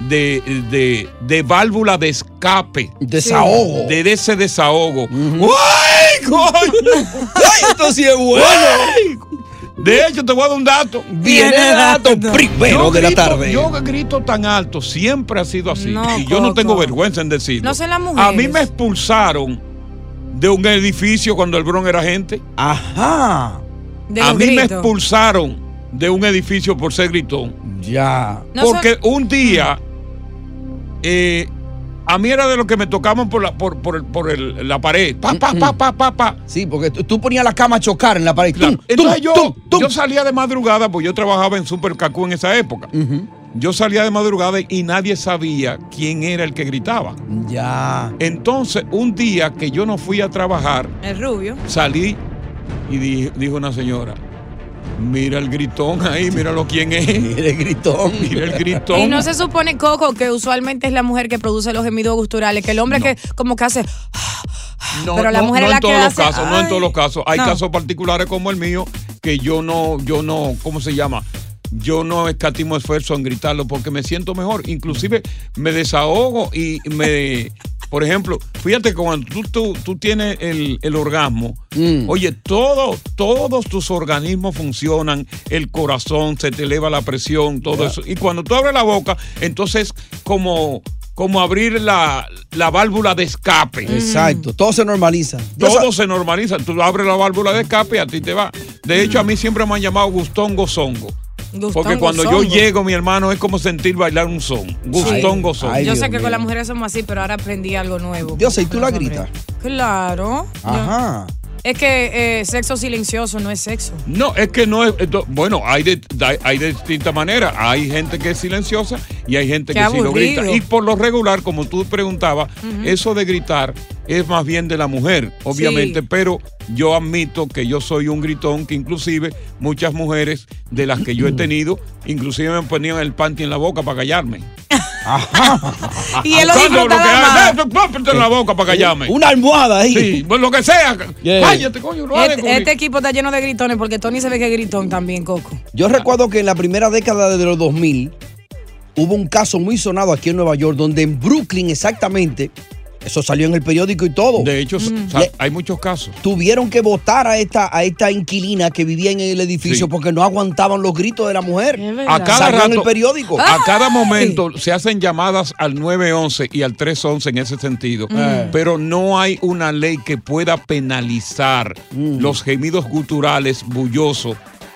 S1: de, de- de válvula de escape.
S8: Desahogo.
S1: De, de ese desahogo. ¡Ay, coño!
S8: ¡Ay, esto sí es bueno!
S1: De hecho, te voy a dar un dato.
S8: Viene dato primero
S1: Yo
S8: de la
S1: grito-
S8: tarde.
S1: Yo grito tan alto, siempre ha sido así.
S3: No,
S1: y yo no
S3: Coco.
S1: tengo vergüenza en decirlo.
S3: No sé las mujeres.
S1: A mí me expulsaron de un edificio cuando el Bron era gente.
S8: Ajá.
S3: De
S1: a
S3: los
S1: mí me
S3: gritos.
S1: expulsaron de un edificio por ser gritón.
S8: Ya.
S3: No Mm.
S1: Porque un día eh, a mí era de los que me tocaban por la, por, por el- por el- la pared. Pa, pa, pa, pa, pa, pa.
S8: Sí, porque tú, tú ponías la cama a chocar en la pared. Tum,
S1: Entonces
S8: tum,
S1: yo,
S8: tum.
S1: yo salía de madrugada, pues yo trabajaba en Super Cacú en esa época. Yo salía de madrugada y nadie sabía quién era el que gritaba.
S8: Ya.
S1: Entonces, un día que yo no fui a trabajar,
S3: El rubio.
S1: salí y di- dijo una señora, mira el gritón ahí, míralo quién es. Mira
S8: el gritón.
S1: Mira el gritón.
S3: Y no se supone, Coco, que usualmente es la mujer que produce los gemidos gusturales, que el hombre que como que hace...
S1: No,
S3: pero la
S1: no,
S3: mujer
S1: no
S3: es la
S1: en todos
S3: que
S1: los
S3: hace,
S1: casos, no en todos los casos. Hay
S3: no.
S1: casos particulares como el mío que yo no, yo no, ¿cómo se llama? Yo no escatimo esfuerzo en gritarlo porque me siento mejor. Inclusive me desahogo y me, por ejemplo, fíjate que cuando tú, tú- tú tienes el, el orgasmo, oye, todo, todos tus organismos funcionan, el corazón, se te eleva la presión, todo eso. Y cuando tú abres la boca, entonces como, como abrir la, la válvula de escape.
S8: Exacto, todo se normaliza. Yo
S1: Todo se normaliza. Tú abres la válvula de escape y a ti te va. De hecho, a mí siempre me han llamado Gustongo Zongo. Porque cuando yo llego, mi hermano, es como sentir bailar un son. Gustongo Zongo.
S3: yo sé que con las mujeres somos así, pero ahora aprendí algo nuevo.
S8: Dios, ¿y tú la gritas?
S3: Claro.
S8: Ajá.
S3: Es que eh, sexo silencioso no es sexo.
S1: No, es que no es. esto- bueno, hay de, hay- hay de distintas maneras. Hay gente que es silenciosa y hay gente
S3: Qué
S1: que sí lo
S3: aburrido.
S1: grita. Y por lo regular, como tú preguntabas,
S3: Ujú.
S1: eso de gritar es más bien de la mujer, obviamente. Pero yo admito que yo soy un gritón que inclusive muchas mujeres de las que yo he tenido, inclusive me ponían el panty en la boca para callarme. Ah,
S3: Y él lo
S1: Cuando
S3: disfrutaba
S1: que- eh,
S3: más.
S1: "No, no, póntelo en la boca para callarme.
S8: Eh, Una almohada ahí.
S1: Sí, pues lo que sea.
S8: Yeah.
S1: Cállate, coño, no hables
S3: Este,
S1: conmigo.
S3: este equipo está lleno de gritones porque Tony se ve que es gritón también, Coco.
S1: Eh,
S8: Yo recuerdo que en la primera década de los 2000 hubo un caso muy sonado aquí en Nueva York, donde en Brooklyn exactamente, eso salió en el periódico y todo. Mm.
S1: De hecho, sa- hay muchos casos.
S8: Tuvieron que votar a esta, a esta inquilina que vivía en el edificio porque no aguantaban los gritos de la mujer.
S1: A cada
S8: Salió en el
S1: rato,
S8: periódico.
S1: A cada momento se hacen llamadas al 911 y al 311 en ese sentido,
S8: Mm.
S1: pero no hay una ley que pueda penalizar
S8: Mm.
S1: los gemidos guturales bullosos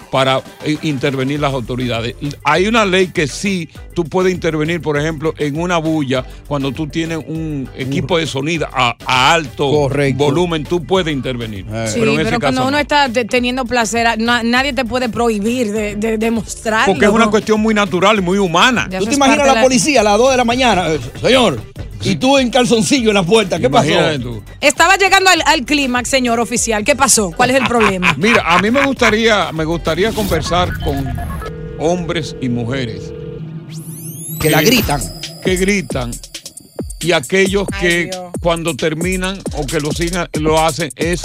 S1: para eh, intervenir las autoridades. Hay una ley que sí, tú puedes intervenir, por ejemplo, en una bulla, cuando tú tienes un
S8: Uh.
S1: equipo de sonido a, a alto volumen, tú puedes intervenir.
S8: Eh.
S3: Sí, pero, cuando uno
S1: este no.
S3: está te- teniendo placer, a- na- nadie te puede prohibir de, de, de mostrarlo.
S1: Porque es una
S3: ¿no?
S1: cuestión muy natural y muy humana.
S3: Ya
S8: ¿Tú te imaginas a la policía a las 2 de la mañana? eh, Señor, y tú en calzoncillo en la puerta, ¿qué pasó?
S1: Imagínate tú.
S3: Estaba llegando al, al clímax, señor oficial. ¿Qué pasó? ¿Cuál es el problema?
S1: Mira, a mí me gustaría, me gustaría conversar con hombres y mujeres
S8: Que la gritan.
S1: que gritan y aquellos que cuando terminan o que lo sigan, lo hacen es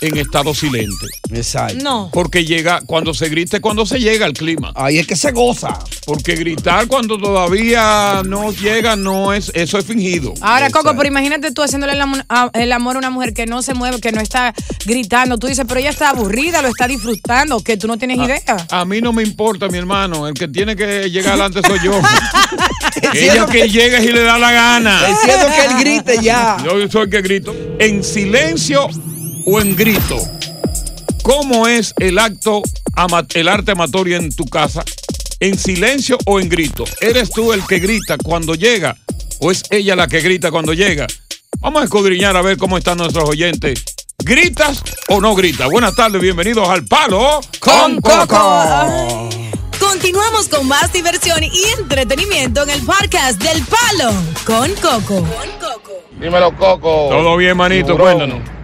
S1: en estado silente.
S8: Exacto.
S3: No.
S1: Porque llega, cuando se grita es cuando se llega al clima.
S8: Ahí es que se goza.
S1: Porque gritar cuando todavía no llega, no es, eso es fingido.
S3: Ahora, Coco, pero imagínate tú haciéndole el, amo- a- el amor a una mujer que no se mueve, que no está gritando. Tú dices, pero ella está aburrida, lo está disfrutando, que tú no tienes
S1: Ah.
S3: idea.
S1: A mí no me importa, mi hermano. El que tiene que llegar adelante soy yo. Ella
S8: cierto
S1: que llega y le da la gana.
S8: Es cierto que él grite ya.
S1: Yo soy el que grito. ¿En silencio o en grito? ¿Cómo es el acto, ama- el arte amatorio en tu casa? ¿En silencio o en grito? ¿Eres tú el que grita cuando llega o es ella la que grita cuando llega? Vamos a escudriñar a ver cómo están nuestros oyentes. ¿Gritas o no gritas? Buenas tardes, bienvenidos al Palo con Coco.
S4: Continuamos con más diversión y entretenimiento en el podcast del Palo con Coco.
S23: Dímelo, Coco.
S1: Todo bien, manito, pues,
S23: Tiburón.
S1: cuéntanos.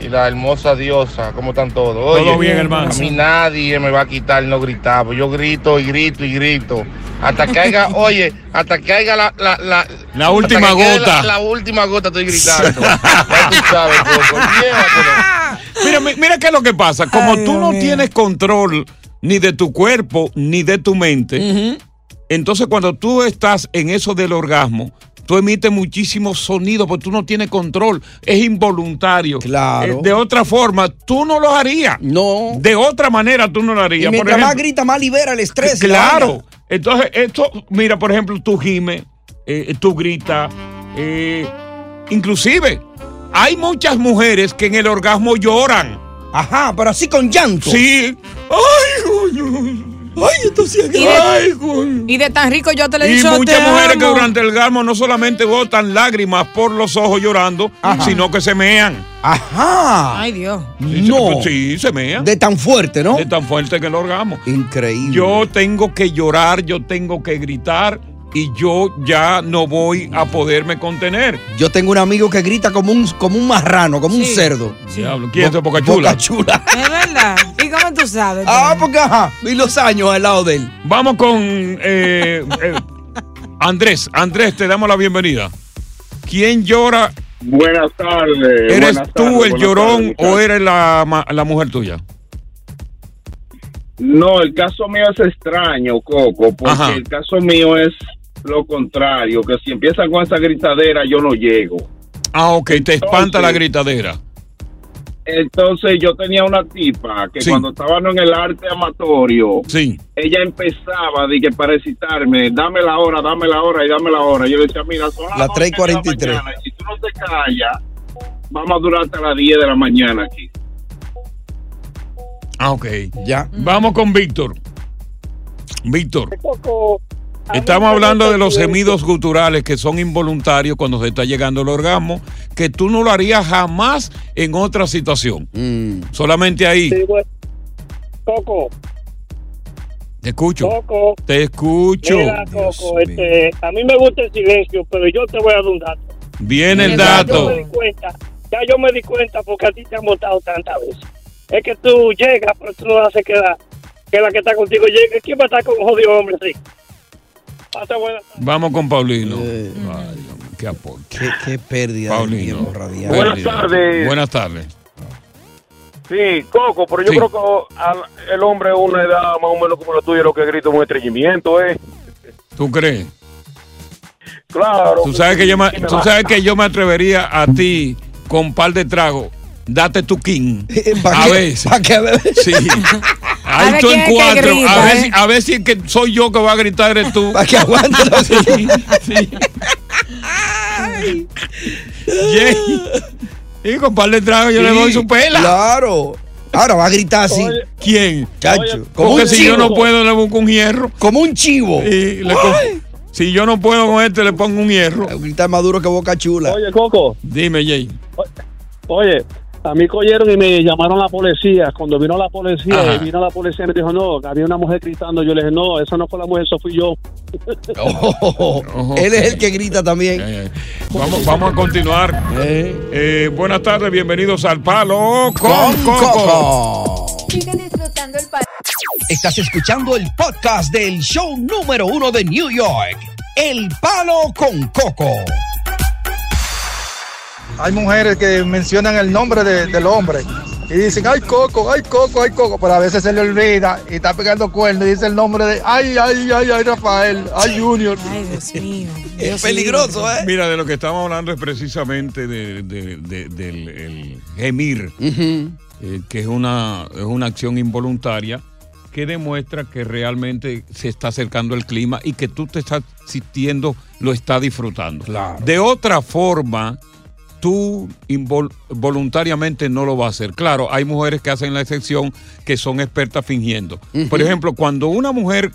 S23: Y la hermosa diosa, ¿cómo están todos?
S1: Todo bien, hermano.
S23: A mí nadie me va a quitar no gritar, pues yo grito y grito y grito. Hasta que haya, oye, hasta que haya la... La, la, hasta
S1: última
S23: que quede
S1: gota.
S23: La, la última gota estoy gritando. ya tú sabes, Coco.
S1: Mira, mi- mira qué es lo que pasa. Como tú no tienes control ni de tu cuerpo ni de tu mente, entonces cuando tú estás en eso del orgasmo, tú emites muchísimos sonidos porque tú no tienes control. Es involuntario. Claro. de otra forma, tú no lo harías.
S8: No.
S1: De otra manera, tú no lo harías.
S8: Y
S1: Por
S8: mientras más
S1: ejemplo,
S8: grita, más libera el estrés. y la
S1: Claro.
S8: vaina.
S1: Entonces, esto, mira, por ejemplo, tú gimes, eh, tú gritas, eh, inclusive hay muchas mujeres que en el orgasmo lloran.
S8: Ajá, pero así con llanto.
S1: Sí. Ay, Ay, esto sí
S3: Y de, y de tan rico yo te le he
S1: Y
S3: dicho,
S1: muchas
S3: te
S1: mujeres que
S3: amo.
S1: durante el orgasmo no solamente botan lágrimas por los ojos llorando, sino que se mean.
S8: Ajá.
S3: Ay, Dios.
S1: No. Sí, se mean.
S8: De tan fuerte, ¿no? De
S1: tan fuerte que el orgasmo.
S8: Increíble.
S1: Yo tengo que llorar, yo tengo que gritar y yo ya no voy a poderme contener.
S8: Yo tengo un amigo que grita como un, como un marrano, como un
S1: Sí.
S8: cerdo.
S1: Diablo, ¿quién es ese Boca Chula?
S8: chula.
S3: Es verdad. ¿Y cómo tú sabes?
S8: Ah, porque ajá, vi los años al lado de él.
S1: Vamos con eh, eh, Andrés. Andrés, te damos la bienvenida. ¿Quién llora?
S24: Buenas tardes.
S1: ¿Eres
S24: buenas
S1: tú
S24: tardes,
S1: el
S24: buenas
S1: llorón
S24: tardes, muchachos.
S1: o eres la, ma- la mujer tuya?
S24: No, el caso mío es extraño, Coco, porque
S1: Ajá.
S24: el caso mío es lo contrario, que si empiezan con esa gritadera yo no llego.
S1: Ah, ok, te espanta la gritadera.
S24: Entonces yo tenía una tipa que
S1: Sí.
S24: cuando estábamos en el arte amatorio,
S1: Sí.
S24: ella empezaba de que para excitarme, dame la hora, dame la hora y dame la hora. Yo le decía, mira, son las
S8: La
S24: 12 de
S8: 343.
S24: mañana, y si tú no te callas, vamos a durar hasta las 10 de la mañana aquí.
S1: Ah, ok.
S8: Ya.
S1: Vamos con Víctor. Víctor,
S5: Coco, a mí
S1: estamos
S5: me
S1: hablando
S5: gusta
S1: de los
S5: que-
S1: gemidos guturales que son involuntarios cuando se está llegando el orgasmo, que tú no lo harías jamás en otra situación.
S8: Mm.
S1: Solamente ahí.
S5: Sí, bueno. Coco,
S1: Te escucho.
S5: Coco.
S1: Te escucho.
S5: Oh. Mira, Coco, este, a mí me gusta el silencio, pero yo te voy a dar un dato.
S1: Viene el
S5: Ya Yo
S1: dato.
S5: me di cuenta, ya yo me di cuenta porque a ti te han montado tantas veces. Es que tú llegas, pero tú no haces que la, que la que está contigo llegue. ¿Quién va a estar con un jodido hombre así? Ah, Pasa buena.
S1: Vamos con Paulino. Ay, Dios mío, qué aporte.
S8: Eh. Qué, pérdida.
S1: Paulino.
S24: Buenas
S1: Pérdida.
S24: tardes.
S1: Buenas tardes.
S24: Sí, Coco, pero
S1: yo creo
S24: que ah, el hombre es una edad más o menos como la tuya, lo que grita es un estreñimiento, ¿eh?
S1: ¿Tú crees?
S24: Claro.
S1: Tú sabes que yo me, tú sabes que yo me atrevería a ti con un par de tragos. Date tu king.
S8: ¿Pa'
S1: A
S8: qué?
S1: ver.
S8: ¿Pa' qué?
S1: Sí. Ahí
S8: ver
S1: tú
S8: quién
S1: en
S8: es que
S1: cuatro.
S8: grita,
S1: a, ver,
S8: ¿eh?
S1: si- a ver si es que soy yo que va a gritar, eres tú.
S8: Para que aguante.
S1: Sí, sí. Yeah. Y con par de tragos yo le doy su pela.
S8: Claro. Ahora va a gritar así.
S1: ¿Quién?
S8: Chacho. como
S1: Porque
S8: un
S1: si yo
S8: chivo.
S1: no puedo, le busco un hierro.
S8: Como un chivo.
S1: Y le co- si yo no puedo con este, le pongo un hierro.
S8: Gritar más duro que boca chula.
S21: Oye, Coco.
S1: Dime, Jay.
S21: Oye, a mí cogieron y me llamaron la policía. Cuando vino la policía,
S1: Ajá.
S21: y vino la policía y me dijo, no, había una mujer gritando. Yo le dije, no, esa no fue la mujer, eso fui yo.
S8: Él es el que grita Oh, también.
S1: Vamos, vamos a continuar. Eh, buenas tardes, bienvenidos al Palo con,
S2: Con
S1: Coco.
S2: Sigue disfrutando el Estás escuchando el podcast del show número uno de New York, El Palo con Coco.
S6: hay mujeres que mencionan el nombre de- del hombre y dicen, ay Coco, ay Coco, ay Coco, pero a veces se le olvida y está pegando cuernos y dice el nombre de, ay, ay, ay, ay Rafael, ay Junior. Ay,
S3: Dios mío.
S8: Es peligroso, ¿eh?
S1: Mira, de lo que estamos hablando es precisamente de- de- de- del el gemir, eh, que es una, es una acción involuntaria que demuestra que realmente se está acercando el clima y que tú te estás sintiendo, lo estás disfrutando. De otra forma, tú invol- voluntariamente no lo vas a hacer. Claro, hay mujeres que hacen la excepción que son expertas fingiendo. Por ejemplo, cuando una mujer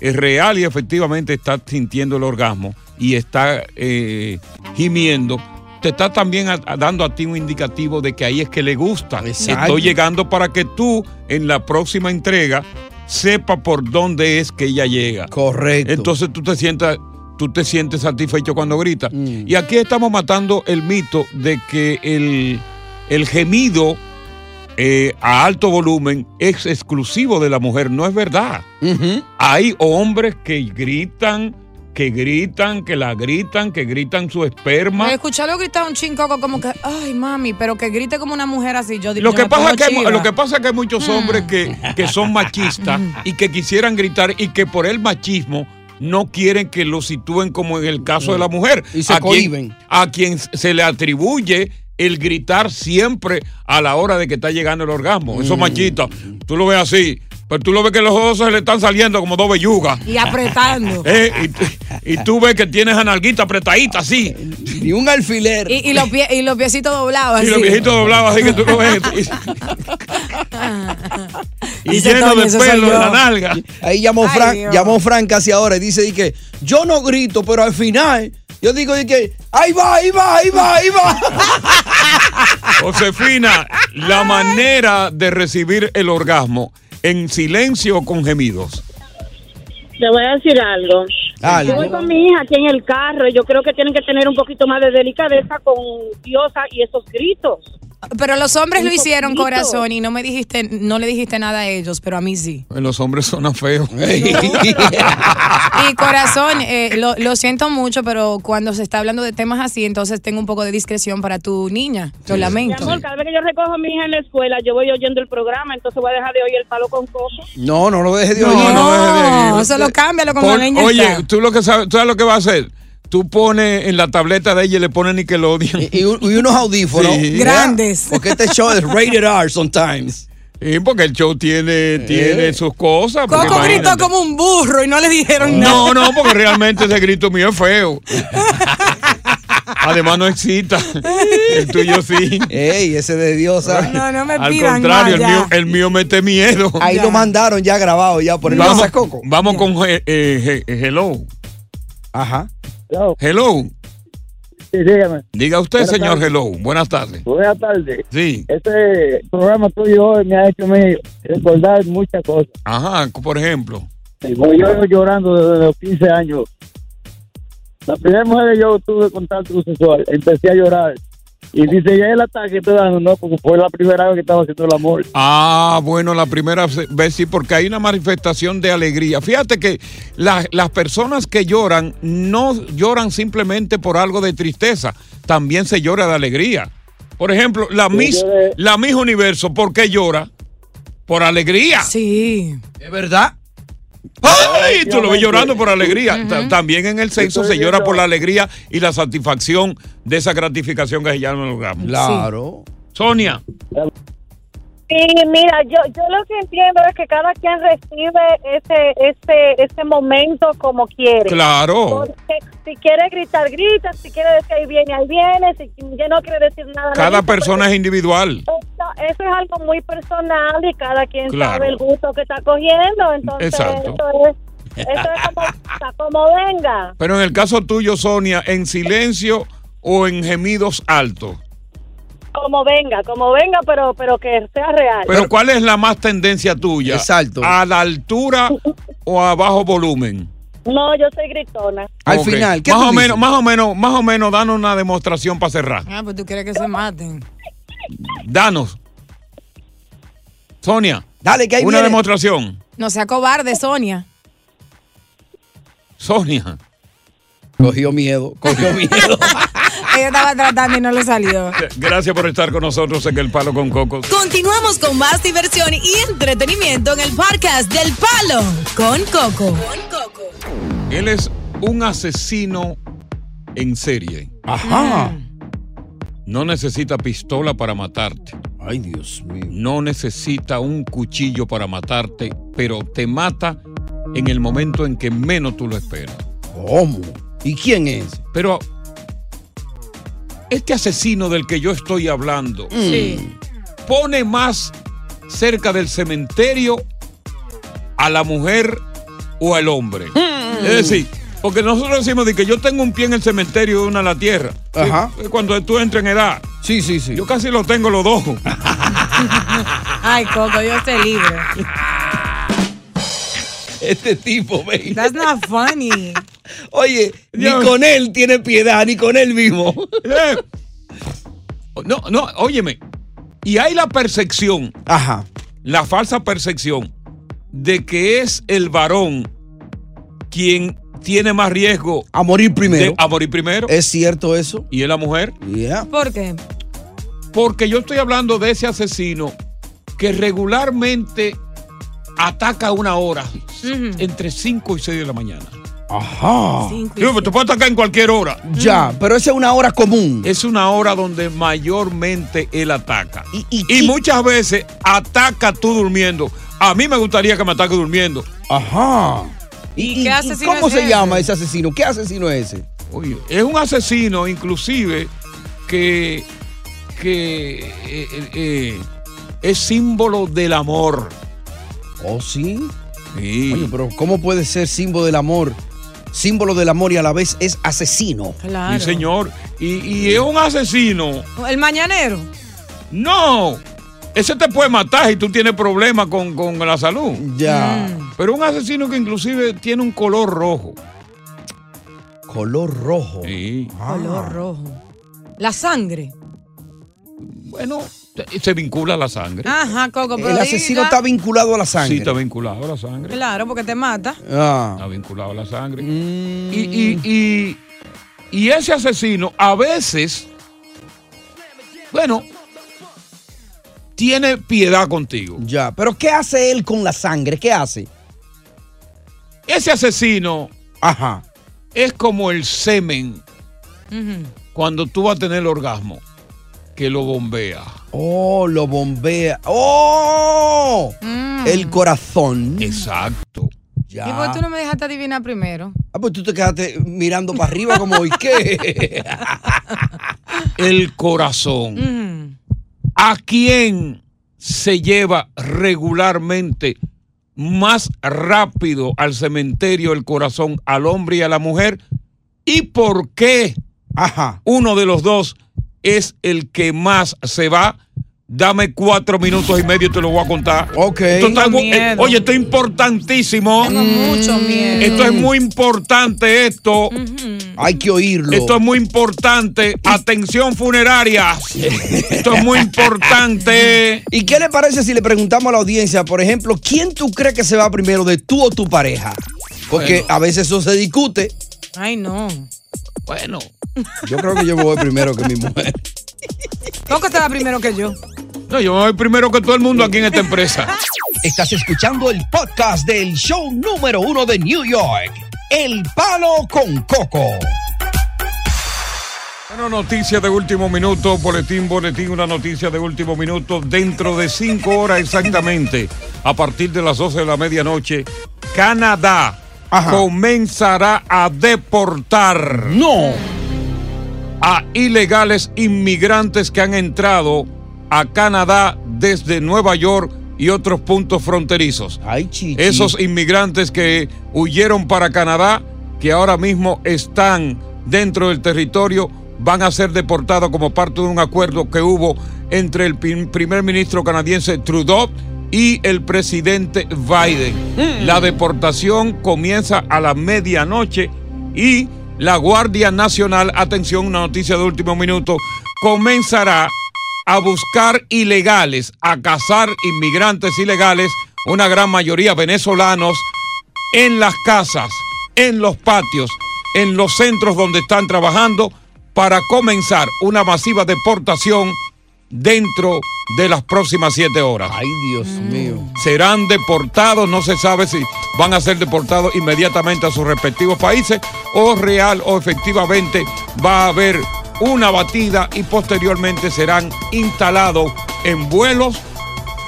S1: es real y efectivamente está sintiendo el orgasmo y está eh, gimiendo, te está también a- a- dando a ti un indicativo de que ahí es que le gusta. Estoy llegando para que tú en la próxima entrega sepa por dónde es que ella llega.
S8: Correcto.
S1: Entonces tú te sientas, tú te sientes satisfecho cuando gritas. Y aquí estamos matando el mito de que el, el gemido eh, a alto volumen es exclusivo de la mujer. No es verdad. Hay hombres que gritan, que gritan, que la gritan, que gritan su esperma.
S3: Al escucharlo Pues, gritar un chincoco como que, ay mami, pero que grite como una mujer así. Yo
S1: Lo
S3: yo
S1: que,
S3: me
S1: pasa
S3: pongo
S1: es que hay, mu-
S3: chiva.
S1: lo que pasa es que hay muchos hombres que, que son machistas y que quisieran gritar y que por el machismo no quieren que lo sitúen como en el caso de la mujer.
S8: Y se
S1: a quien,
S8: cohíben.
S1: a quien se le atribuye el gritar siempre a la hora de que está llegando el orgasmo.
S8: Mm.
S1: Eso machista. Tú lo ves así, pero tú lo ves que los ojos se le están saliendo como dos bellugas.
S3: Y apretando.
S1: Eh, y tú- y, tú ves que tienes a nalguita apretadita así.
S8: Y un alfiler.
S3: Y, y los pie- y los piecitos doblados.
S1: Y los
S3: así.
S1: viejitos doblados así que tú lo ves. Y,
S8: Dice
S1: lleno
S8: Toño,
S1: de
S8: "Eso
S1: pelo
S8: soy
S1: en
S8: yo".
S1: la nalga.
S8: Ahí llamó
S1: Ay,
S8: Frank,
S1: Dios.
S8: llamó Frank casi ahora y dice di que yo no grito, pero al final yo digo di que ahí va, ahí va, ahí va, ahí va.
S1: Josefina, la manera de recibir el orgasmo en silencio o con gemidos.
S7: Te voy a decir algo.
S1: Algo.
S7: Yo voy con mi hija aquí en el carro y yo creo que tienen que tener un poquito más de delicadeza con Diosa y esos gritos.
S3: Pero los hombres lo
S7: Un
S3: hicieron,
S7: poquito.
S3: corazón, y no me dijiste, no le dijiste nada a ellos, pero a mí sí.
S1: Los hombres son feos.
S3: Y corazón, eh, lo, lo siento mucho, pero cuando se está hablando de temas así, entonces tengo un poco de discreción para tu niña. Lo
S7: Mi
S3: lamento.
S7: amor, cada vez que yo recojo a mi hija en la escuela, yo voy oyendo el programa, entonces voy a dejar de oír el palo con coco.
S8: No, no lo dejes de oír.
S1: No, no dejes de oír.
S7: solo cámbialo
S3: como
S1: Pon-
S3: la niña
S1: oye,
S3: está.
S1: tú lo que sabes, tú sabes lo que va a hacer. Tú pones en la tableta de ella y le pones Nickelodeon.
S8: Y, unos audífonos
S3: Grandes.
S8: Porque este show es rated R sometimes. Eh.
S1: Sí, porque el show tiene, tiene sus cosas. porque
S3: Coco
S1: imagínate.
S3: gritó como un burro y no le dijeron
S1: No,
S3: nada.
S1: no, porque realmente ese grito mío es feo. Además no excita. El tuyo sí.
S8: Ey, ese de Diosa.
S3: No, no me
S1: Al
S3: pidan
S1: contrario, el
S3: más,
S1: mío, el mío mete miedo.
S8: Ahí lo mandaron ya grabado ya por el
S1: vamos,
S8: WhatsApp.
S1: vamos con eh, eh, eh, hello.
S8: Ajá.
S1: Hello. Diga usted,
S9: Buenas
S1: señor
S9: tardes.
S1: hello. Buenas tardes.
S9: Buenas tardes.
S1: Sí.
S9: Este programa tuyo hoy me ha hecho me recordar muchas cosas.
S1: Ajá, por ejemplo.
S9: Yo llevo llorando desde los 15 años. La primera mujer que yo tuve contacto sexual, empecé a llorar. Y dice, ya el ataque que estoy dando, no, porque fue la primera vez que estaba haciendo el amor.
S1: Ah, bueno, la primera vez sí, porque hay una manifestación de alegría. Fíjate que las- las personas que lloran no lloran simplemente por algo de tristeza, también se llora de alegría. Por ejemplo, la
S9: Yo
S1: Miss,
S9: lloré.
S1: la Miss Universo, ¿por qué llora? Por alegría.
S3: Sí.
S1: ¿Es verdad? ¡Ay! Tú lo ves llorando por alegría. Ta- También en el sexo se llora por la alegría y la satisfacción de esa gratificación que se llama el orgasmo.
S8: Claro.
S1: Sonia.
S25: Sí, mira, yo, yo lo que entiendo es que cada quien recibe ese, ese, ese momento como quiere.
S1: Claro.
S25: Porque si quiere gritar, grita, si quiere decir ahí viene, ahí viene, si ya no quiere decir nada. no
S1: Cada
S25: dice,
S1: persona es individual.
S25: porque Eso es algo muy personal y cada quien
S1: Claro.
S25: sabe el gusto que está cogiendo, entonces
S1: Exacto.
S25: eso es... Eso es como, está como venga.
S1: Pero en el caso tuyo, Sonia, ¿en silencio o en gemidos altos?
S25: Como venga, como venga, pero pero que sea real.
S1: Pero ¿cuál es la más tendencia tuya? Exacto. ¿A la altura o a bajo volumen?
S25: no, yo soy gritona.
S8: Al
S1: Ok.
S8: final, ¿qué
S1: más
S8: tú
S1: o
S8: dices?
S1: menos, más o menos, más o menos, danos una demostración para cerrar.
S3: Ah, pues tú quieres que se maten.
S1: Danos. Sonia.
S8: Dale, que
S3: ahí
S1: Una
S3: viene.
S1: demostración.
S3: No sea cobarde, Sonia.
S1: Sonia.
S8: Cogió miedo, cogió miedo.
S3: Ella estaba tratando y no le salió.
S1: Gracias por estar con nosotros en El Palo con Coco.
S4: Continuamos con más diversión y entretenimiento en el podcast del Palo con Coco.
S1: Él es un asesino en serie. Mm.
S8: Ajá.
S1: No necesita pistola para matarte.
S8: Ay, Dios mío.
S1: No necesita un cuchillo para matarte, pero te mata en el momento en que menos tú lo esperas.
S8: ¿Cómo? ¿Y quién es?
S1: Pero este asesino del que yo estoy hablando
S8: Mm. Sí.
S1: pone más cerca del cementerio a la mujer o al hombre.
S8: Mm.
S1: Es decir, porque nosotros decimos de que yo tengo un pie en el cementerio y una en la tierra.
S8: Ajá.
S1: Sí, Cuando tú entras en edad.
S8: Sí, sí, sí.
S1: Yo casi lo tengo los dos.
S3: Ay, Coco, yo te libro.
S8: Este tipo, baby.
S3: That's not funny.
S8: Oye, ni con él tiene piedad, ni con él mismo. Eh.
S1: No, no, óyeme. Y hay la percepción. La falsa percepción de que es el varón quien tiene más riesgo.
S8: A morir primero.
S1: de- a morir primero.
S8: ¿Es cierto eso?
S1: Y es la mujer.
S8: Yeah.
S3: ¿Por qué?
S1: Porque yo estoy hablando de ese asesino que regularmente ataca a una hora. Entre 5 y 6 de la mañana.
S8: Ajá.
S1: Yo, pero te puedo atacar en cualquier hora.
S8: Ya, pero esa es una hora común.
S1: Es una hora donde mayormente él ataca. Y,
S8: y-
S1: muchas veces ataca tú durmiendo. A mí me gustaría que me ataque durmiendo.
S8: Ajá.
S3: ¿Y, qué asesino
S8: ¿Cómo
S3: es
S8: se
S3: ese?
S8: llama ese asesino? ¿Qué asesino es ese?
S1: Oye, es un asesino, inclusive, que, que eh, eh, eh, es símbolo del amor.
S8: ¿Oh, sí?
S1: Sí.
S8: Oye, pero ¿cómo puede ser símbolo del amor? Símbolo del amor y a la vez es asesino.
S3: Claro.
S1: Sí, señor. Y, y es un asesino.
S3: El mañanero.
S1: No. Ese te puede matar y tú tienes problemas con, con la salud.
S8: Ya.
S3: Mm.
S1: Pero un asesino que inclusive tiene un color rojo.
S8: Color rojo.
S1: Sí.
S3: Ah. Color rojo. La sangre.
S1: Bueno. Se vincula a la sangre.
S3: Ajá, Coco, pero
S8: El asesino
S3: diga-
S8: está vinculado a la sangre.
S1: Sí, está vinculado a la sangre.
S3: Claro, porque te mata.
S8: Ah.
S1: Está vinculado a la sangre.
S8: Mm.
S1: Y, y- y- y ese asesino a veces, bueno, tiene piedad contigo.
S8: Ya, pero ¿qué hace él con la sangre? ¿Qué hace?
S1: Ese asesino
S8: Ajá.
S1: es como el semen cuando tú vas a tener el orgasmo, que lo bombea.
S8: Oh, lo bombea. ¡Oh! El corazón.
S1: Exacto.
S8: Ya.
S3: Mm. ¿Y
S1: Ah.
S3: por qué tú no me dejaste adivinar primero?
S8: Ah, pues tú te quedaste mirando para arriba como, ¿y qué?
S1: El corazón.
S3: Ujú.
S1: ¿A quién se lleva regularmente más rápido al cementerio el corazón, al hombre y a la mujer? ¿Y por qué uno de los dos es el que más se va? Dame cuatro minutos y medio y te lo voy a contar.
S8: Ok.
S1: Esto está
S3: Tengo
S1: bu- eh,
S3: miedo.
S1: oye, esto es importantísimo.
S3: Mucho
S8: Mm.
S3: miedo.
S1: Esto es muy importante, esto.
S8: Hay que oírlo.
S1: Esto es muy importante. Atención funeraria. Esto es muy importante.
S8: ¿Y qué le parece si le preguntamos a la audiencia, por ejemplo, quién tú crees que se va primero, de tú o tu pareja? Porque
S3: Bueno.
S8: a veces eso se discute.
S3: Ay, no.
S1: Bueno.
S8: Yo creo que yo me voy primero que mi mujer.
S3: Coco estaba primero que yo.
S1: No, yo me voy primero que todo el mundo aquí en esta empresa.
S2: Estás escuchando el podcast del show número uno de New York, El Palo con Coco.
S1: Bueno, noticia de último minuto, boletín, boletín, una noticia de último minuto. Dentro de cinco horas exactamente, a partir de las 12 de la medianoche, Canadá comenzará a deportar.
S8: No.
S1: A ilegales inmigrantes que han entrado a Canadá desde Nueva York y otros puntos fronterizos.
S8: Ay, chichi.
S1: Esos inmigrantes que huyeron para Canadá, que ahora mismo están dentro del territorio, van a ser deportados como parte de un acuerdo que hubo entre el prim- primer ministro canadiense Trudeau y el presidente Biden. La deportación comienza a la medianoche y la Guardia Nacional, atención, una noticia de último minuto, comenzará a buscar ilegales, a cazar inmigrantes ilegales, una gran mayoría venezolanos, en las casas, en los patios, en los centros donde están trabajando, para comenzar una masiva deportación dentro de las próximas siete horas. Ay,
S8: Dios mío.
S1: Serán deportados, no se sabe si van a ser deportados inmediatamente a sus respectivos países o real o efectivamente va a haber una batida y posteriormente serán instalados en vuelos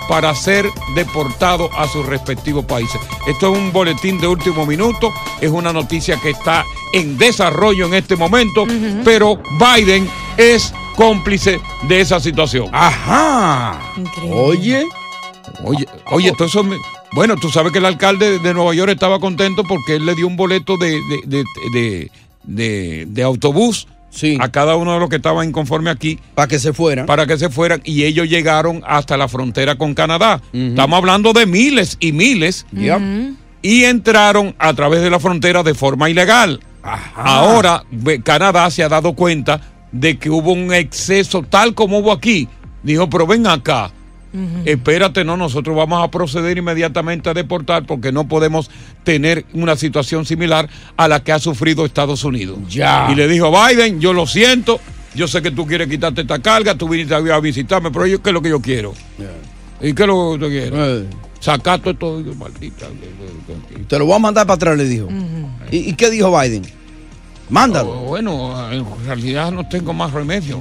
S1: para ser deportados a sus respectivos países. Esto es un boletín de último minuto, es una noticia que está en desarrollo en este momento, pero Biden es cómplice de esa situación. Ajá. Oye. Oye, oye, todo eso me- Bueno, tú sabes que el alcalde de Nueva York estaba contento porque él le dio un boleto de, de- de- de- de- de autobús a cada uno de los que estaban inconforme aquí.
S8: Para que se fueran.
S1: Para que se fueran. Y ellos llegaron hasta la frontera con Canadá. Estamos hablando de miles y miles. Y entraron a través de la frontera de forma ilegal. Ahora ve- Canadá se ha dado cuenta de que hubo un exceso tal como hubo aquí. Dijo, pero ven acá. Espérate, no, nosotros vamos a proceder inmediatamente a deportar porque no podemos tener una situación similar a la que ha sufrido Estados Unidos.
S8: Ya.
S1: Y le dijo Biden, yo lo siento, yo sé que tú quieres quitarte esta carga, tú viniste a a visitarme, pero yo, ¿qué es lo que yo quiero? ¿Y qué es lo que tú quieres? Sacar todo esto, yo, maldita.
S8: Te lo voy a mandar para atrás, le dijo. ¿Y, y qué dijo Biden? Mándalo.
S1: Oh, Bueno, en realidad no tengo más remedio.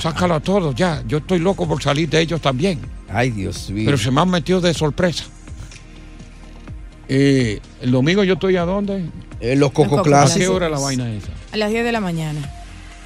S1: Sácalo a todos ya. Yo estoy loco por salir de ellos también.
S8: Ay, Dios mío.
S1: Pero se me han metido de sorpresa. Eh, el domingo yo estoy a dónde?
S8: En los Coco
S3: Coco
S8: Classics.
S3: Classics. ¿A qué hora la vaina A las 10 de la mañana.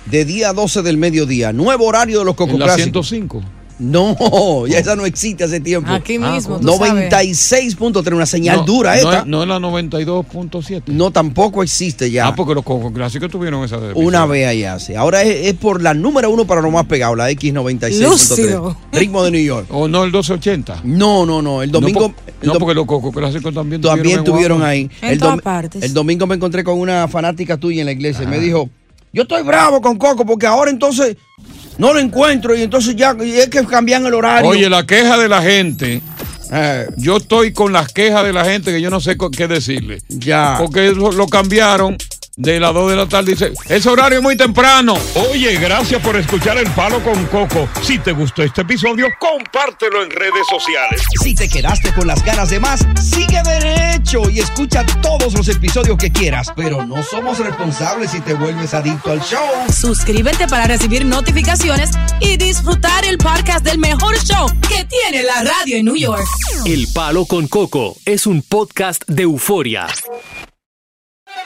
S8: De día a 12 del mediodía. Nuevo horario de los Coco
S1: En la
S8: Classics.
S1: 105.
S8: No, ya esa no existe hace tiempo.
S1: Aquí Ah, mismo, tú
S8: 96.3, una señal
S1: No,
S8: dura
S1: no
S8: esta.
S1: es- No es la 92.7.
S8: No, tampoco existe ya.
S1: Ah, porque los Coco Clásicos tuvieron esa de-
S8: Una vez allá, sí. Ahora es, es por la número uno para lo más pegado, la X96.3.
S1: Lúcido.
S8: Ritmo de New York.
S1: ¿O Oh, no el 1280?
S8: No, no, no. El domingo.
S1: No, por- no, porque los Coco Clásicos también tuvieron.
S8: También
S1: en
S8: tuvieron
S1: Guapa.
S8: ahí. el domi- El domingo me encontré con una fanática tuya en la iglesia
S1: Ah.
S8: y me dijo, yo estoy bravo con Coco porque ahora entonces no lo encuentro y entonces ya y es que cambian el horario.
S1: Oye, la queja de la gente. eh, Yo estoy con las quejas de la gente que yo no sé co- qué decirle.
S8: Ya.
S1: Porque eso lo cambiaron de las 2 de la tarde. Dice, ese horario es muy temprano.
S26: Oye, gracias por escuchar El Palo con Coco. Si te gustó este episodio, compártelo en redes sociales.
S2: Si te quedaste con las ganas de más, sigue derecho y escucha todos los episodios que quieras. Pero no somos responsables si te vuelves adicto al show.
S4: Suscríbete para recibir notificaciones y disfrutar el podcast del mejor show que tiene la radio en New York.
S27: El Palo con Coco es un podcast de euforia.